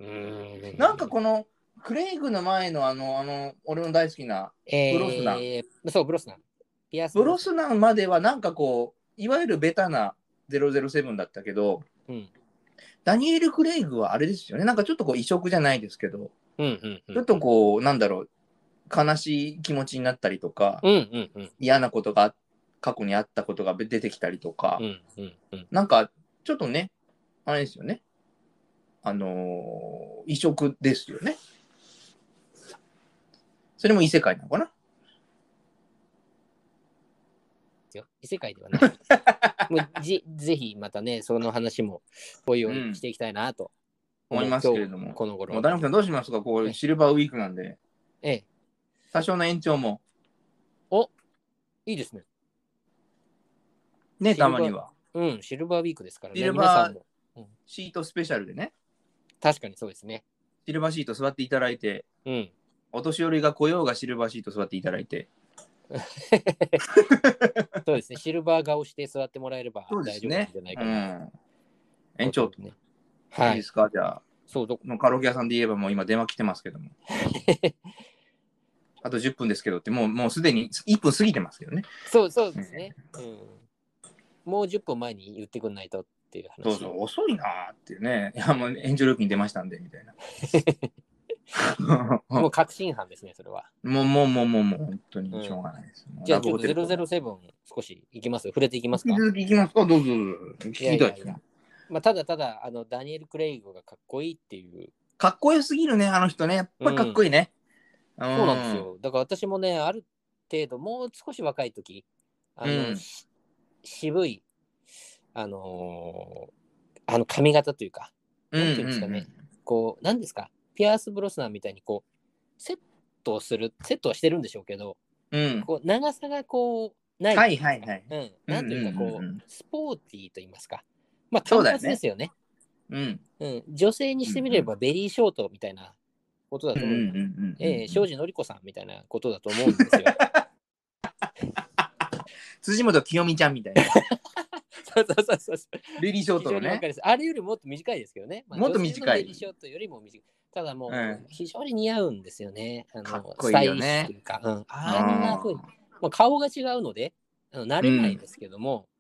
S2: うん
S1: なんかこのクレイグの前のあの、あの、俺の大好きな
S2: えー、
S1: ブロスナ
S2: そうブロスナンピアス
S1: ブロスナンまではなんかこう、いわゆるベタな007だったけど、
S2: うん
S1: ダニエル・クレイグはあれですよね。なんかちょっとこう異色じゃないですけど、
S2: うんうんうん
S1: ちょっとこう、なんだろう、悲しい気持ちになったりとか、
S2: うんうんうん
S1: 嫌なことが過去にあったことが出てきたりとか、
S2: うんうんうん
S1: なんか、ちょっとね、あれですよね。あのー、移植ですよね。それも異世界なのかな
S2: ですよ。異世界ではない。 もうじぜひまたね、その話もこういうようにしていきたいなと
S1: 思いますけれども
S2: 今日この頃
S1: もう、ダルさんどうしますかこう、シルバーウィークなんで。
S2: ええ、
S1: 多少の延長も、
S2: いいですね。
S1: ね、
S2: シルバ
S1: た
S2: ー
S1: まには。
S2: うん、シルバーウィークですからね。
S1: シルバー
S2: 皆さんも
S1: シートスペシャルでね、
S2: 確かにそうですね。
S1: シルバーシート座っていただいて、
S2: うん。
S1: お年寄りが来ようがシルバーシート座っていただいて、
S2: そうですね。シルバー顔して座ってもらえれば
S1: そう
S2: 大
S1: です
S2: 丈夫なん
S1: ね
S2: じゃな。いうかな。
S1: ん。延長、
S2: ね。
S1: いい
S2: は
S1: で
S2: い。
S1: すかじゃあ、
S2: そう、ど
S1: もうカラオケ屋さんで言えばもう今電話来てますけ ども。あと10分ですけどって、もうもうすでに1分過ぎてますけどね。
S2: そうそうですね。うん。もう10分前に言ってくんないとっていう話。
S1: そうそう、遅いなーっていうね。いや、もう援助力に出ましたんで、みたい な。
S2: もう確信犯ですね、それは。
S1: もう、もう、もう、もう、もう、本当にしょうがないです。
S2: じゃあ、ちょっと
S1: ラブホテル
S2: 007少しいきます触れていきます
S1: 引
S2: か
S1: き。続きいきますかどうぞどうぞ。聞きたい
S2: いや
S1: で
S2: い
S1: すね
S2: やいやまあ、ただただ、あの、ダニエル・クレイグがかっこいいっていう。
S1: かっこよすぎるね、あの人ね。やっぱりかっこいいね。そ
S2: そうなんです。よ。だから私もね、ある程度、もう少し若い時、あの、
S1: うん
S2: し渋い、あのーあの髪型というか、
S1: うん
S2: なんていうんですかね。こう、なんですか、ピアース・ブロスナーみたいにこう、セットをする、セットはしてるんでしょうけど、
S1: うん。
S2: こう長さがこうない。
S1: はいはいはい。
S2: うん。なんていうかこう,、
S1: うんうんうんうん
S2: スポーティーと言いますか。まあ、
S1: そ
S2: 単
S1: うだよね
S2: 発ですよね
S1: うん。
S2: う。ん。女性にしてみればベリーショートみたいなことだ
S1: うん
S2: と
S1: うん
S2: 思う。
S1: うんうん。
S2: ええ庄司のり子さんみたいなことだと思うんですよ。
S1: 辻元清美ちゃんみた いな。
S2: そうそうそうそう。
S1: ベリーショートの
S2: 非常にわ
S1: ね。
S2: かりやすいあれよりもっと短いですけどね。
S1: もっと短い
S2: 女性のベリーショートよりも短い。ただも
S1: う
S2: うん非常に似合うんですよね。あの
S1: かっこいいよね
S2: スタイリッシュというか、うん、あんなふうに、まあ、顔が違うのであの慣れないですけども、
S1: うん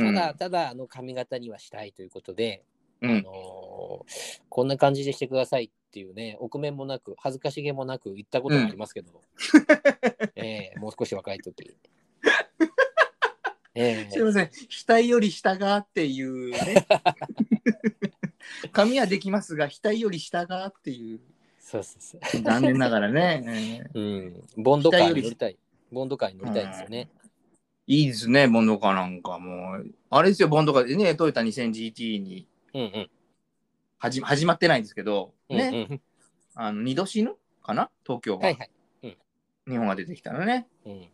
S2: ただただあの髪型にはしたいということで、
S1: う
S2: あ
S1: ん。
S2: のーこんな感じでしてくださいっていうね、臆面もなく、恥ずかしげもなく言ったこともありますけど、ええもう少し若い時 ええ
S1: すいません。額より下がっていうね。 髪はできますが、額より下がっていう。
S2: そうそうそう。
S1: 残念ながら ね。うん
S2: うん、ボンドカーに乗りたい。ボンドカーに乗りたいですよね。
S1: いいですね、ボンドカーなんかもう。あれですよ、ボンドカーでね、トヨタ 2000GT に
S2: うんうん。
S1: 始ま始まってないんですけど、
S2: うん
S1: ね。
S2: うん
S1: あの、二度死ぬかな東京が、
S2: はいはい。
S1: 日本が出てきたのね。
S2: うん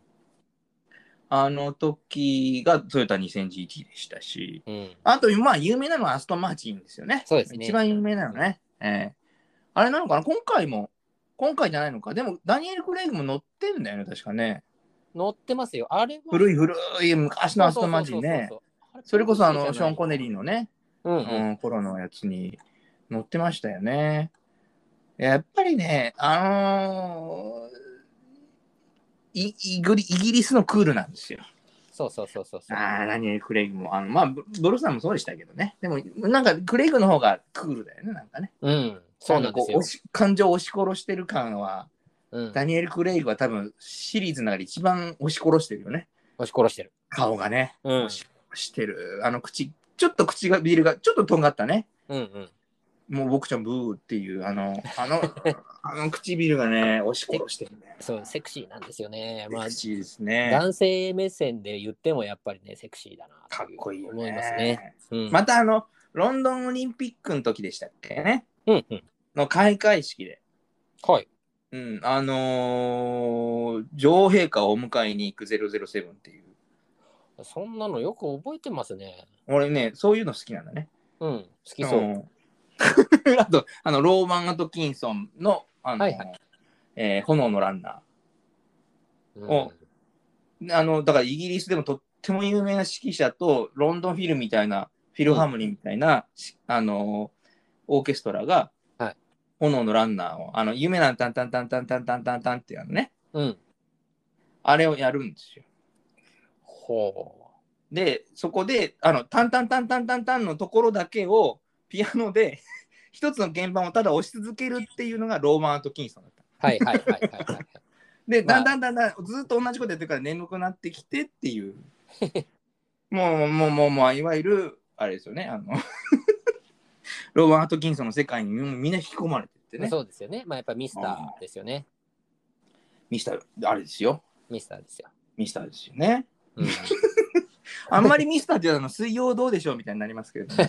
S1: あの時がトヨタ 2000GT でしたし、
S2: うん。
S1: あと、まあ、有名なのはアストンマーチンですよね。
S2: そうですね
S1: 一番有名なのね。ええあれなのかな今回も、今回じゃないのか。でも、ダニエル・クレイグも乗ってんだよね、確かね。
S2: 乗ってますよ。あれは。
S1: 古い古い昔のアストンマーチンね。
S2: そうそううう。
S1: それこそ、あの、ショーン・コネリー
S2: ー。
S1: のね、
S2: うんうん。
S1: うん、頃のやつに乗ってましたよね。やっぱりね、あのーいイグリイギリスのクールなんですよ。
S2: そうそうそうそうそう。
S1: ああ、何よりクレイグも。あのまあ、ブブロスさんもそうでしたけどね。でも、なんかクレイグの方がクールだよね、なんかね。
S2: うん。そうなんです
S1: かこ
S2: よ
S1: う押。し感情を押し殺してる感は、
S2: うん
S1: ダニエル・クレイグは多分シリーズの中で一番押し殺してるよね。
S2: 押し殺してる。
S1: 顔がね。
S2: うん。うん
S1: 押し殺してる。あの口、ちょっと口が、ビールがちょっととんがったね。
S2: うん。
S1: もう僕ちゃんブーっていう、あ の、あの、あの唇がね、押し殺してるね。
S2: そう、セクシーなんですよね。まあ
S1: セク、シーですね。
S2: 男性目線で言ってもやっぱりね、セクシーだな。
S1: かっこいいよね。
S2: 思いますね。うん。
S1: またあの、ロンドンオリンピックの時でしたっけね。
S2: うんうん。
S1: の開会式で。
S2: はい。
S1: うん、あのー女王陛下をお迎えに行く007っていう。
S2: そんなのよく覚えてますね。
S1: 俺ね、そういうの好きなんだね。
S2: うん。好きそう。
S1: んあと、あの、ロー マン・アトキンソンの、あの、
S2: はいは
S1: えー炎のランナー。
S2: うん
S1: おあのだからイギリスでもとっても有名な指揮者とロンドンフィルみたいなフィルハーモニーみたいな、しあのーオーケストラが、
S2: はい
S1: 炎のランナーをあの夢なんタンタンタンタンタンタンタンタンってやるね
S2: うん。
S1: あれをやるんですよ
S2: ほ
S1: でそこであのタンタンタンタンタンタンのところだけをピアノで 一つの鍵盤をただ押し続けるっていうのがローマン・アトキンソンだった
S2: う。はいはいはいはいはい。
S1: で、
S2: ま
S1: だ
S2: あ
S1: んだんだんだんずっと同じことやってるから眠くなってきてっていう。 もう、もう、もう、もう、いわゆる、あれですよね、あの、 ロバート・キンソンの世界にみんな引き込まれてってね、
S2: そうですよね。まあやっぱミスターですよね。
S1: ミスター、あれですよ、
S2: ミスターですよ。
S1: ミスターですよね。
S2: うん、
S1: あんまりミスターっていうのは水曜どうでしょうみたいになりますけれど も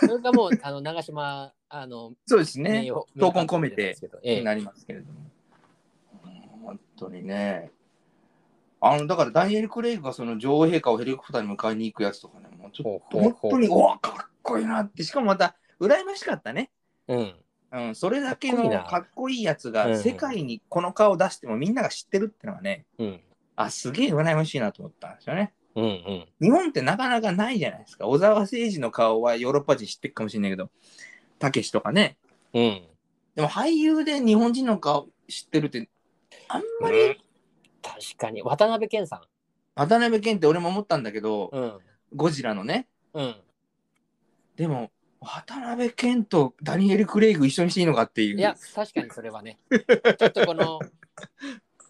S2: それがもう、あの、長島、あの、
S1: そうです
S2: 名
S1: ね
S2: 誉
S1: 闘魂込めて。
S2: ええ
S1: なりますけれども、うん本当にねあのだからダニエル・クレイグがその女王陛下をヘリコプターに迎えに行くやつとかねもうちょっと
S2: ほうほう
S1: 本
S2: ほう
S1: 当にうわかっこいいなってしかもまた羨ましかったね
S2: うん。
S1: うん、それだけ
S2: かっこい
S1: の
S2: いな
S1: かっこいいやつ
S2: うん
S1: が世界にこの顔を出してもみんなが知ってるってのはね、
S2: うん。
S1: あ、すげえ羨ましいなと思ったんですよね。
S2: うん。うん。
S1: 日本ってなかなかないじゃないですか。小沢誠二の顔はヨーロッパ人知ってるかもしれないけど、たけしとかね。
S2: うん。
S1: でも俳優で日本人の顔知ってるって、あんま
S2: う
S1: り
S2: ん確かに。渡辺謙さん。
S1: 渡辺謙って俺も思ったんだけど、
S2: うん。
S1: ゴジラのね。
S2: うん。
S1: でも、渡辺謙とダニエル・クレイグ一緒にしていいのかっていう。
S2: いや、確かにそれは ね。ちょっとこの、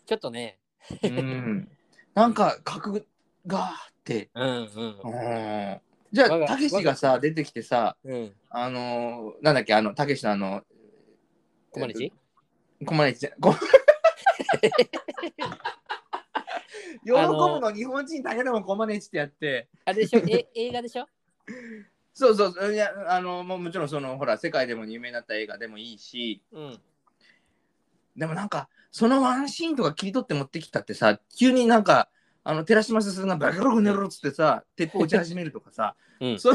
S2: ちょっとね、
S1: うん。なんか、格があって、
S2: うんうん
S1: うんじゃ
S2: 我
S1: あ、
S2: が
S1: たけしがさ、出てきてさ、
S2: うん。
S1: あのーなんだっけ、あの、たけしのあの、
S2: 小森寺
S1: こまねち じゃん。こ喜ぶの日本人だけでもこまねちってやって、
S2: あれで しょえ映画でしょ
S1: そうそうそう、いや、あの、もうもちろんその、ほら、世界でも有名になった映画でもいいし、
S2: うん。
S1: でもなんか、そのワンシーンとか切り取って持ってきたってさ、急になんか、あの、寺島進がバカログネロっつってさ、鉄砲撃ち始めるとかさ、
S2: うん
S1: そう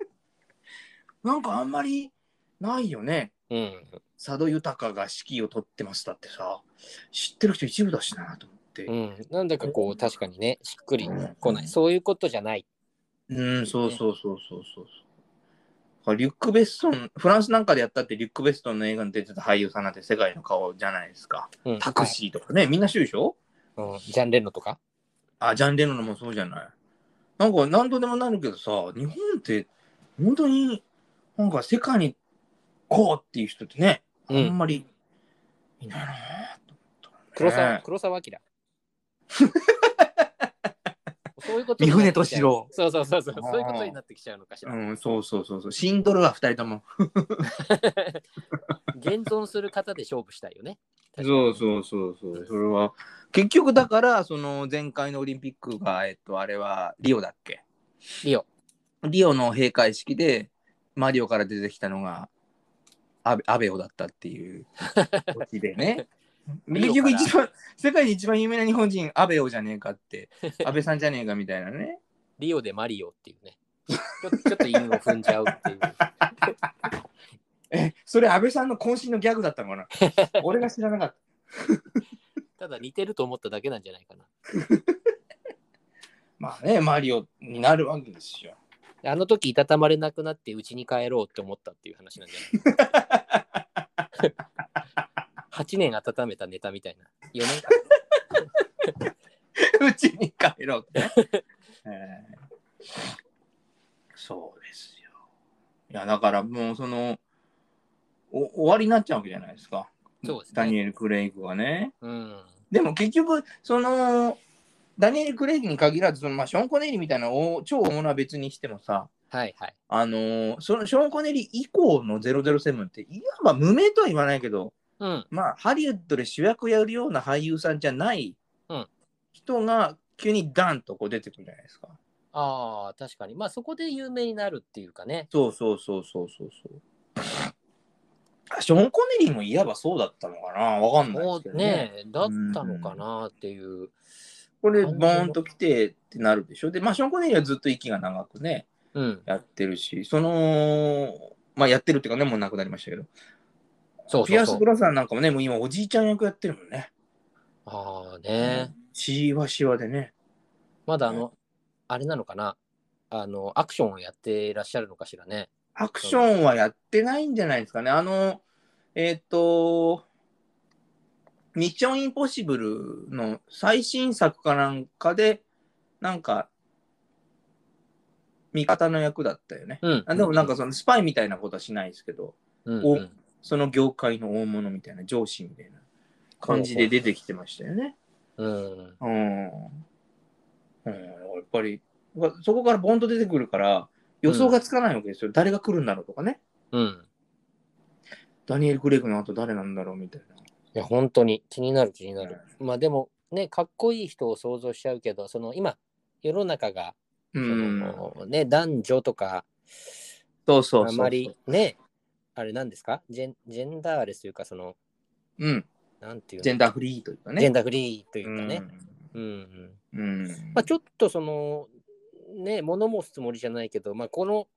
S1: なんかあんまりないよね。
S2: うん。
S1: 佐渡豊が指揮を取ってましたってさ知ってる人一部だしなと思って
S2: うん。なんだかこう、確かにね、しっくり
S1: うん
S2: こない。そういうことじゃない。
S1: うんそうそうそうそうそうそうリュック・ベッソンフランスなんかでやったってリュック・ベッソンの映画に出てた俳優さんなんて世界の顔じゃないですか
S2: うん。
S1: タクシーとかねみんな知るでしょ
S2: はい。うん。ジャンレンのとか
S1: あジャン・レノンもそうじゃないなんか何度でもなるけどさ日本って本当になんか世界にこうっていう人ってねあんまりいないなぁと思った
S2: 黒沢、
S1: ね
S2: 黒沢 明。そういうこと
S1: 三
S2: になってきちゃう
S1: 船敏郎
S2: そうそうそうそう。そういうことになってきちゃうのかしら。
S1: うん、そうそうそうそう。シンドルは2人とも。
S2: 現存する方で勝負したいよね。
S1: そうそうそうそう。それは。結局だから、その前回のオリンピックが、えっと、あれはリオだっけ
S2: リオ。
S1: リオの閉会式で、マリオから出てきたのが、アベアベオだったって いう、オチでね。
S2: リ
S1: 結
S2: オから
S1: 局一番、世界で一番有名な日本人、アベオじゃねえかって、アベさんじゃねえかみたいなね。
S2: リオでマリオっていうね。ちょちょっと韻を踏んじゃうっていう。
S1: え、それ安倍さんの渾身のギャグだったのかな 俺が知らなかった。
S2: ただ似てると思っただけなんじゃないかな。
S1: まあね、マリオになるわけですよ。
S2: あの時いたたまれなくなってうちに帰ろうって思ったっていう話なんじ ゃない ?8 年温めたネタみたいな。4年間
S1: うちに帰ろうってね、 えーそうですよ。いや、だからもうその、お終わりになっちゃうわけじゃないですか。
S2: そうですね
S1: ダニエル・クレイグはね。
S2: うん。
S1: でも結局、その、ダニエル・クレイグに限らず、そのまあ、ショーン・コネリーみたいな大超大物は別にしてもさ、
S2: はいはい。
S1: あのーそのショーン・コネリー以降の007って、いわば無名とは言わないけど、
S2: うん。
S1: まあ、ハリウッドで主役やるような俳優さんじゃない
S2: うん
S1: 人が急にダンとこう出てくるじゃないですか。
S2: ああ、確かに。まあそこで有名になるっていうかね。
S1: そうそうそうそうそうそう。ショーン・コネリーもいわばそうだったのかなわかんないで
S2: も
S1: すけ
S2: う
S1: どね。
S2: ね、だったのかなっていう。
S1: これ、ボーンと来てってなるでしょ。で、まあ、ショーン・コネリーはずっと息が長くね、
S2: うん。
S1: やってるし、その、まあ、やってるっていうかね、もう亡くなりましたけど、
S2: そう
S1: ピ
S2: そ
S1: ア
S2: う
S1: ス・
S2: そう
S1: ブ。ラザーなんかもね、もう今、おじいちゃん役やってるもんね。
S2: ああね。
S1: しわしわでね。
S2: まだあの、あれなのかなあの、アクションをやっていらっしゃるのかしらね。
S1: アクションはやってないんじゃないですかね。あの、えーっ、と、ミッションインポッシブルの最新作かなんかで、なんか、味方の役だったよね。
S2: うん。
S1: あでもなんかそのスパイみたいなことはしないですけど、
S2: うん、
S1: お
S2: うん
S1: その業界の大物みたいな、上司みたいな感じで出てきてましたよね。
S2: うん。
S1: うん。うん、やっぱり、そこからボンと出てくるから、予想がつかないわけですよ。誰が来るんだろうとかね。
S2: うん。
S1: ダニエル・クレイグの後誰なんだろうみたいな。
S2: いや、本当に気になる気になる。まあでも、ね、かっこいい人を想像しちゃうけど、その今、世の中が、
S1: う
S2: そ
S1: ん。
S2: のね、男女とか、
S1: そうそうそうそう。
S2: あまり。ね、あれなんですかジェンジェンダーレスというか、その、
S1: うん。
S2: なんていうの
S1: ジェンダーフリーというかね。
S2: ジェンダーフリーというかね。うん、う
S1: う
S2: ん
S1: ん。
S2: まあ、ちょっとその、ね、物申すつもりじゃないけど、まあ、この、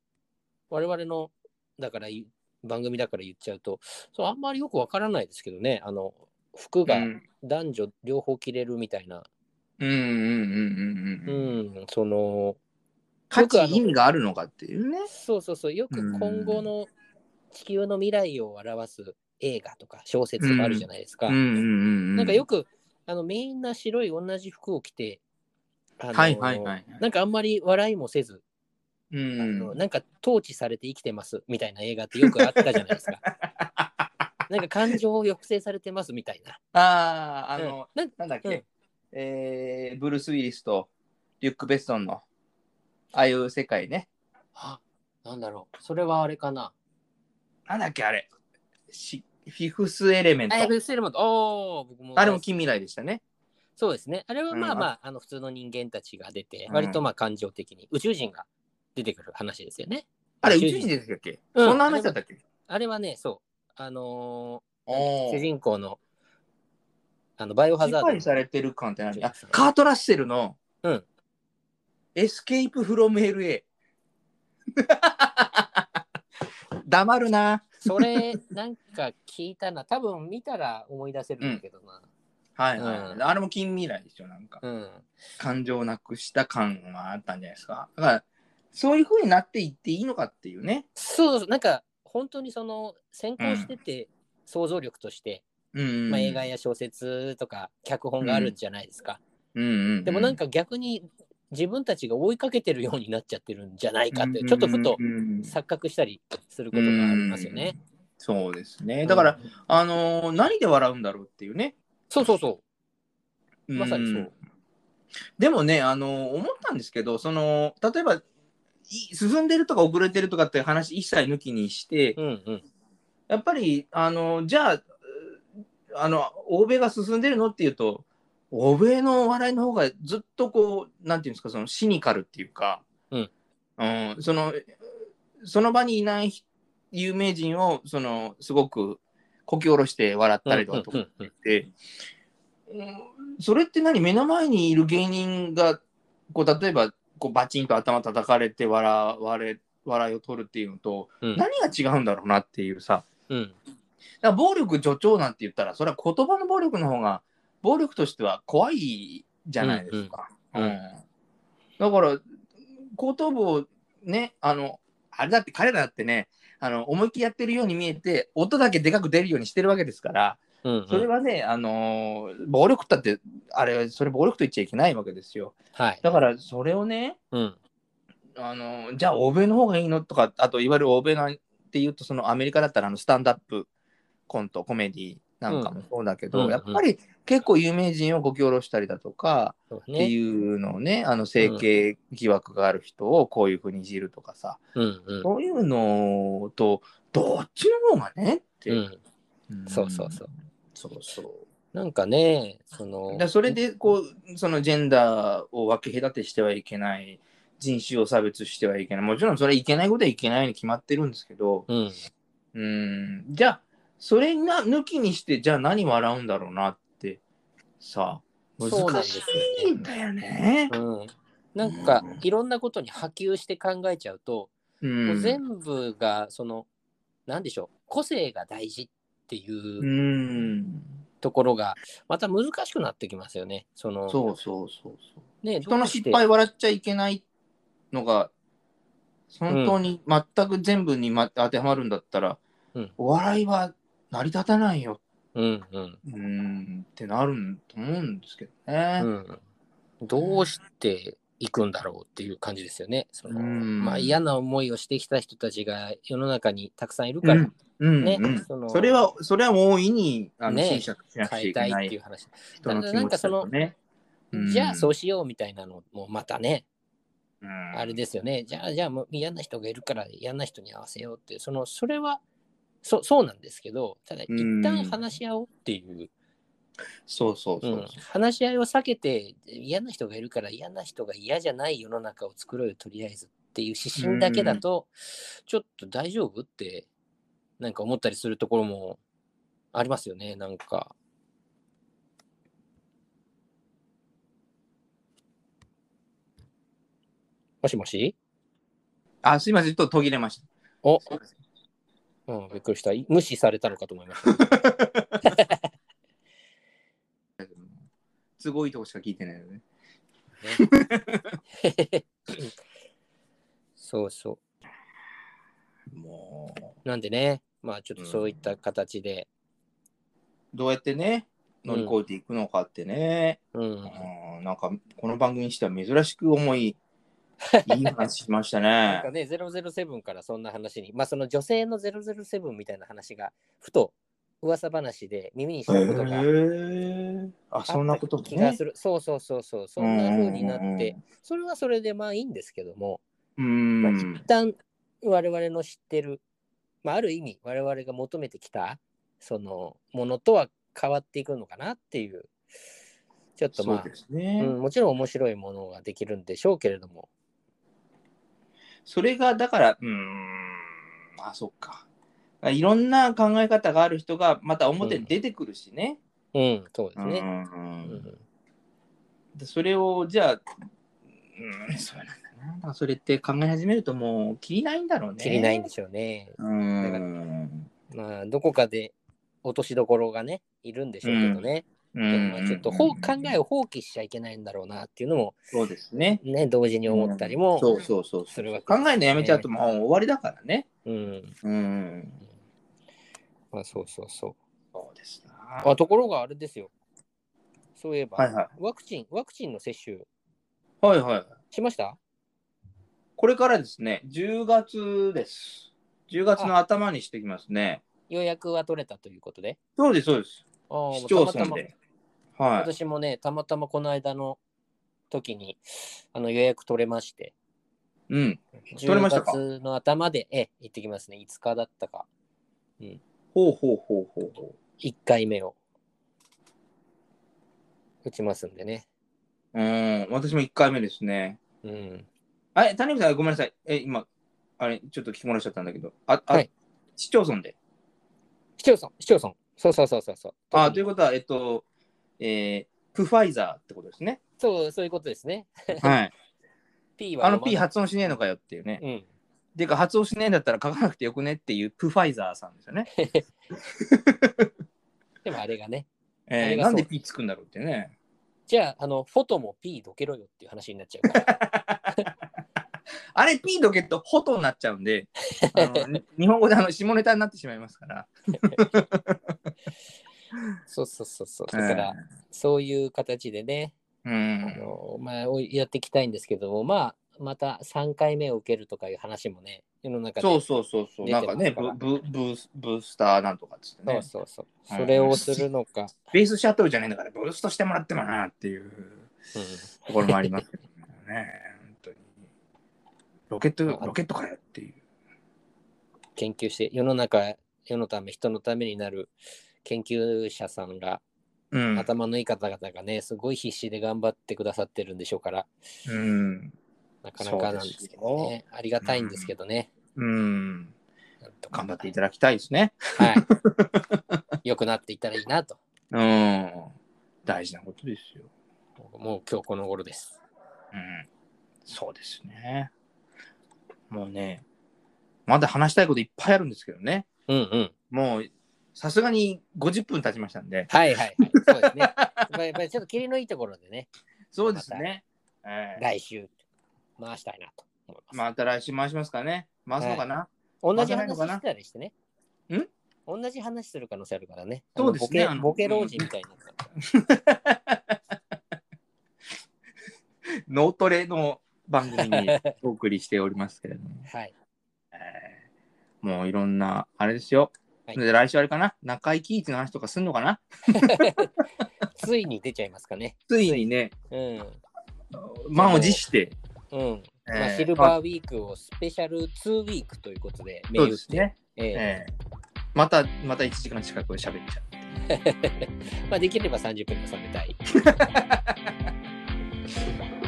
S2: 我々の、だからい、番組だから言っちゃうと、そうあんまりよくわからないですけどね、あの、服
S1: うんう
S2: が
S1: ん
S2: 男女両方着れるみたいな、
S1: うんうんうんう
S2: う
S1: ん。
S2: ん、その、
S1: 価値意味があるのかっていうね。
S2: そうそうそう、よく今後の地球の未来を表す映画とか小説もあるじゃないですか。
S1: うんうんうん。
S2: なんかよ
S1: く。
S2: く、あの、みんな白い同じ服を着て、あの
S1: はいはいはい。
S2: なんかあんまり笑いもせず、
S1: う
S2: あの
S1: ん。
S2: なんか統治されて生きてますみたいな映画ってよくあったじゃない ですか。なんか感情を抑制されてますみたいな。
S1: ああ、あの、
S2: うんなん
S1: なんだっけ、
S2: うん
S1: えーブルース・ウィリスとリュック・ベッソンの、ああいう世界ね。
S2: あなんだろう、それはあれかな。
S1: なんだっけ、あれ。しフィフス・エレメント
S2: あ、。やべ、セールマント。おー僕も。
S1: あれも近未来でしたね。
S2: そうですね。あれはまあ
S1: うん
S2: まあ、あの普通の人間たちが出て、
S1: うん
S2: 割とまあ感情的に宇宙人が出てくる話ですよね。
S1: あれ、宇宙人でしたっけ、
S2: うん
S1: そんな話だったっけ
S2: あれはね、そう。あのー
S1: お
S2: 主
S1: ー
S2: 人公の、あの、バイオハ
S1: 支
S2: ザード
S1: 配
S2: の。
S1: されてる感って何あ
S2: そう
S1: カート・ラッセルの、
S2: うん
S1: エスケープ・フロム・ LA。黙るな。
S2: それ、なんか聞いたな。 多分見たら思い出せるんだけどな。
S1: はいはいはい、
S2: うん
S1: あれも近未来でしょ、なんか。
S2: うん。
S1: 感情をなくした感はあったんじゃないですか。だから、そういう風になっていっていいのかっていうね。
S2: そうそう、なんか本当にその先行してて、想像力として、
S1: うん。
S2: まあ、映画や小説とか脚本があるじゃないですか。
S1: うんうんうん、
S2: でもなんか逆に自分たちが追いかけてるようになっちゃってるんじゃないかって、ちょっとふと
S1: うんうんうん
S2: 錯覚したりすることがありますよね。
S1: そうですね。だから、
S2: うん
S1: あのー何で笑うんだろうっていうね。
S2: そうそうそう、まさにそ
S1: ん
S2: う。
S1: でもね、あのー思ったんですけど、その例えばい進んでるとか遅れてるとかって話一切抜きにして、
S2: うんうん。
S1: やっぱりあのじゃあうあの欧米が進んでるのっていうと欧米のお笑いの方がずっとこうなんていうんですかそのシニカルっていうか、
S2: うん
S1: うんそのその場にいない人有名人をそのすごくこき下ろして笑ったりとかとか
S2: うんうんうん
S1: って、うんそれって何目の前にいる芸人がこう例えばこうバチンと頭叩かれて笑われ笑いを取るっていうのと、
S2: うん
S1: 何が違うんだろうなっていうさ、
S2: うん
S1: だから暴力助長なんて言ったらそれは言葉の暴力の方が暴力としては怖いじゃないですか。
S2: うんうんうん
S1: だから後頭部をねあのあれだって彼らだってねあの思いっきりやってるように見えて音だけでかく出るようにしてるわけですから
S2: うんうん
S1: それはね、あのー暴力だってあれそれ暴力と言っちゃいけないわけですよ
S2: はい。
S1: だからそれをね
S2: うん
S1: あのーじゃあ欧米の方がいいのとかあといわゆる欧米のっていうとそのアメリカだったらあのスタンダップコントコメディなんかもそうだけど、
S2: うんうん
S1: やっぱり結構有名人をこき下ろしたりだとか
S2: そうです
S1: って
S2: ね。
S1: いうのをねあの整形疑惑がある人をこういうふうにいじるとかさ、
S2: うんうん
S1: そういうのとどっちの方がねって、
S2: うん。そうそうそうう。
S1: そうそう
S2: なんかね、そ
S1: だ
S2: の
S1: か。らそれでこうそのジェンダーを分け隔てしてはいけない人種を差別してはいけないもちろんそれはいけないことはいけないに決まってるんですけど
S2: うん。
S1: うんじゃあそれが抜きにしてじゃあ何笑うんだろうなってさ難
S2: そうなんです
S1: し
S2: よ
S1: いんだよね。
S2: うん、なんかいろんなことに波及して考えちゃうと、
S1: うん
S2: もう全部がその何でしょう個性が大事って
S1: う
S2: いうんところがまた難しくなってきますよね。その
S1: そうそうそうそう。
S2: ね
S1: 人の
S2: どうし
S1: 失
S2: て
S1: 敗笑っちゃいけないのが本当に全く全部に、ま当てはまるんだったら、
S2: うん
S1: お笑いは成り立たないよ
S2: うんうん
S1: うーんってなるんと思うんですけど
S2: う
S1: ね。
S2: ん、どうしていくんだろうっていう感じですよね。その
S1: うん
S2: まあ、嫌な思いをしてきた人たちが世の中にたくさんいる
S1: う
S2: から、
S1: んうん
S2: ね
S1: うん
S2: その
S1: それは、それは大いに、あの、
S2: ね
S1: 審査しなくちゃ
S2: 変え
S1: い
S2: た
S1: けない
S2: っていう
S1: い
S2: 話。
S1: 人の気持ちだとね。うん
S2: じゃあそうしようみたいなのもまたね、
S1: うん
S2: あれですよね。じゃあ、じゃあもう嫌な人がいるから嫌な人に合わせようっていう、その、それは、そそうなんですけど、ただ、一
S1: うん
S2: 旦話し合おうっていう
S1: そうそう
S2: う
S1: そう。
S2: ん、話し合いを避けて嫌な人がいるから嫌な人が嫌じゃない世の中を作ろうよとりあえずっていう指針だけだと、ちょっと大丈夫ってなんか思ったりするところもありますよねなんか。もしもし
S1: あ、すいません、ちょっと途切れました。
S2: お
S1: すいません
S2: うん、びっくりした。い無視されたのかと思いました。
S1: 都合いいとこしか聞いてないのね。
S2: ねそうそう。
S1: もう、
S2: なんでね、まあちょっとそういった形で、
S1: どうやってね、乗り越えていくのかってね、
S2: うん、
S1: うんなんか、この番組にしては珍しく重 い、いい話しました
S2: なん
S1: ね
S2: か。ね、007からそんな話に、まあその女性の007みたいな話が、ふと噂話で耳にし
S1: へ
S2: たことが
S1: ーあ、そん
S2: あ
S1: な
S2: っ
S1: こ
S2: た
S1: とも
S2: 気が
S1: ね
S2: す。る。そうそうそうそう、そんな風になって、それはそれでまあいいんですけども、
S1: うん。
S2: ま
S1: う
S2: あ
S1: ん
S2: 一旦我々の知ってる、まあある意味我々が求めてきた、そのものとは変わっていくのかなっていう、ちょっと
S1: そ
S2: ま
S1: う
S2: あ、
S1: ですね。
S2: うん、もちろん面白いものができるんでしょうけれども、
S1: それが、だから、うーん、あ、そっか。いろんな考え方がある人がまた表に出てくるしね。
S2: うん、そうです
S1: うん
S2: ね。
S1: うん
S2: うん
S1: でそれを、じゃあ、うん、そうなんだな。だからそれって考え始めるともう、きりないんだろうね。
S2: きりないんでしょうね。
S1: うん
S2: だかまあ、どこかで落としどころがね、いるんでしょうけどね。
S1: うん
S2: でもまあちょっとほう考えを放棄しちゃいけないんだろうなっていうのも、
S1: そうですね。
S2: ね、同時に思ったりも、
S1: そうそうそう
S2: するわけ
S1: 考えるのやめちゃうともう終わりだからね。
S2: うん、
S1: うん。
S2: まあそうそうそう。
S1: そうですな。
S2: あところがあれですよ。そういえば、
S1: はいはい
S2: ワクチン、ワクチンの接種
S1: はいはい。
S2: しました
S1: これからですね、10月です。10月の頭にしてきますね。
S2: 予約は取れたということで。
S1: そうです、そうです。
S2: ああも
S1: 市
S2: う
S1: 町
S2: たまた
S1: 村
S2: ま
S1: で。はい。
S2: 私もね、たまたまこの間の時にあの予約取れまして、
S1: うん。取れ
S2: 10
S1: ましたか
S2: 月の頭で、ええ、行ってきますね。5日だったか、
S1: ほうほうほうほうほ
S2: 1回目を打ちますんでね。
S1: う。うん。私も1回目ですね。
S2: うん。
S1: あれ、谷口さん、ごめんなさい。え、今、あれ、ちょっと聞き漏らしちゃったんだけど。あ、あ、
S2: はい
S1: 市町村で。
S2: 市町村、市町村。そうそうそうそうそう。
S1: あ、と
S2: 特
S1: いう
S2: に
S1: ことは、えっと、えー、プファイザーってことです ね。
S2: そう、そういうことですね。
S1: はい。
S2: P は
S1: あの
S2: 読ま
S1: P
S2: ない
S1: 発音しねえのかよっていうね。
S2: うん。
S1: でか、発音しねえんだったら書かなくてよくねっていうプファイザーさんですよね。
S2: でもあれがね。あ
S1: え
S2: り
S1: ー、
S2: がと
S1: な
S2: うん
S1: で P つくんだろうってね。
S2: じゃあ、あの、フォトも P どけろよっていう話になっちゃう から。
S1: あれ、ピードケット、ホトになっちゃうん で、あのに日本語であの下ネタになってしまいますから。
S2: そうそうそうそう。だから、そういう形でね、
S1: う
S2: あ
S1: ん、
S2: のまあ、おいやっていきたいんですけども、まあ、また3回目を受けるとかいう話もね、世の中で。
S1: そうそうそうそう、
S2: 出
S1: なん
S2: てま
S1: か
S2: す
S1: ね、
S2: か
S1: ブ
S2: ら
S1: ブブースブースターなんとかっつって
S2: そう
S1: ね、
S2: そうそう
S1: うん
S2: それをするのか。
S1: ベースシャトルじゃねえんだから、ブーストしてもらってもなっていう
S2: うん
S1: ところもありますけどね、本当に。ロケット、ロケットかよっていう。
S2: 研究して、世の中、世のため、人のためになる研究者さんが、
S1: うん、
S2: 頭のいい方々がね、すごい必死で頑張ってくださってるんでしょうから、
S1: うん、
S2: なかなかなんですけど
S1: そうで
S2: ね、ありがたいんですけどね。
S1: うん、
S2: なんとか
S1: 頑張っていただきたいですね。
S2: はい。 良くなっていったらいいなと。
S1: うん、大事なことですよ。
S2: もう今日この頃です。
S1: うん、そうですね。もうね、まだ話したいこといっぱいあるんですけどね。
S2: うんうん。
S1: もう、さすがに50分経ちましたんで。
S2: はいはい、はい。そ うですね。やっぱりやっぱりちょっと霧のいいところでね、
S1: そうですね。ええ
S2: 来週回したいなと思います。
S1: また来週回しますかね。回すのかな、
S2: 同じ
S1: まだないの
S2: 話
S1: かな
S2: したりしてね。
S1: ん
S2: 同じ話する可能性あるからね。
S1: そうですね
S2: あ
S1: あの
S2: のボケボケ老人みたいになっ
S1: 脳トレの番組 にお送りしておりますけれども。
S2: た。はい。
S1: ええもういろんな、あれですよ。
S2: はい
S1: で来週あれかな中井貴一の話とかすんのかな
S2: ついに出ちゃいますかね。
S1: ついにね、
S2: うん。
S1: 満を持して。
S2: うん。
S1: ええ
S2: まあ、シルバーウィークをスペシャル2ウィークということで、
S1: そうですね。
S2: ええ
S1: ええまた、また1時間近く喋っちゃうっていう。
S2: まあできれば30分に収めたい。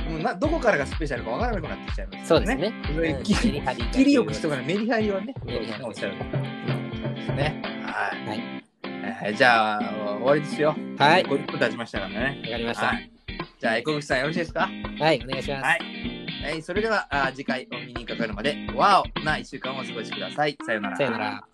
S1: もうなどこからがスペシャルかわからなくなってきちゃいます、
S2: そうです。ね。うん
S1: き
S2: メリハリ
S1: 切りよくしとかないメリハリはね、
S2: メリハリ
S1: おっしゃるですね。はい。
S2: はい
S1: はい、じゃあ終わりですよ。
S2: はい。わ
S1: 50分経ちましたからね。
S2: かりました。
S1: は。
S2: はい
S1: じゃあ、エコグチさんよろしいですか
S2: い、お願いします。
S1: はい。はい、それでは、あー次回お見にかかるまで、わおな一週間をお過ごしください。さようなら。
S2: さよなら。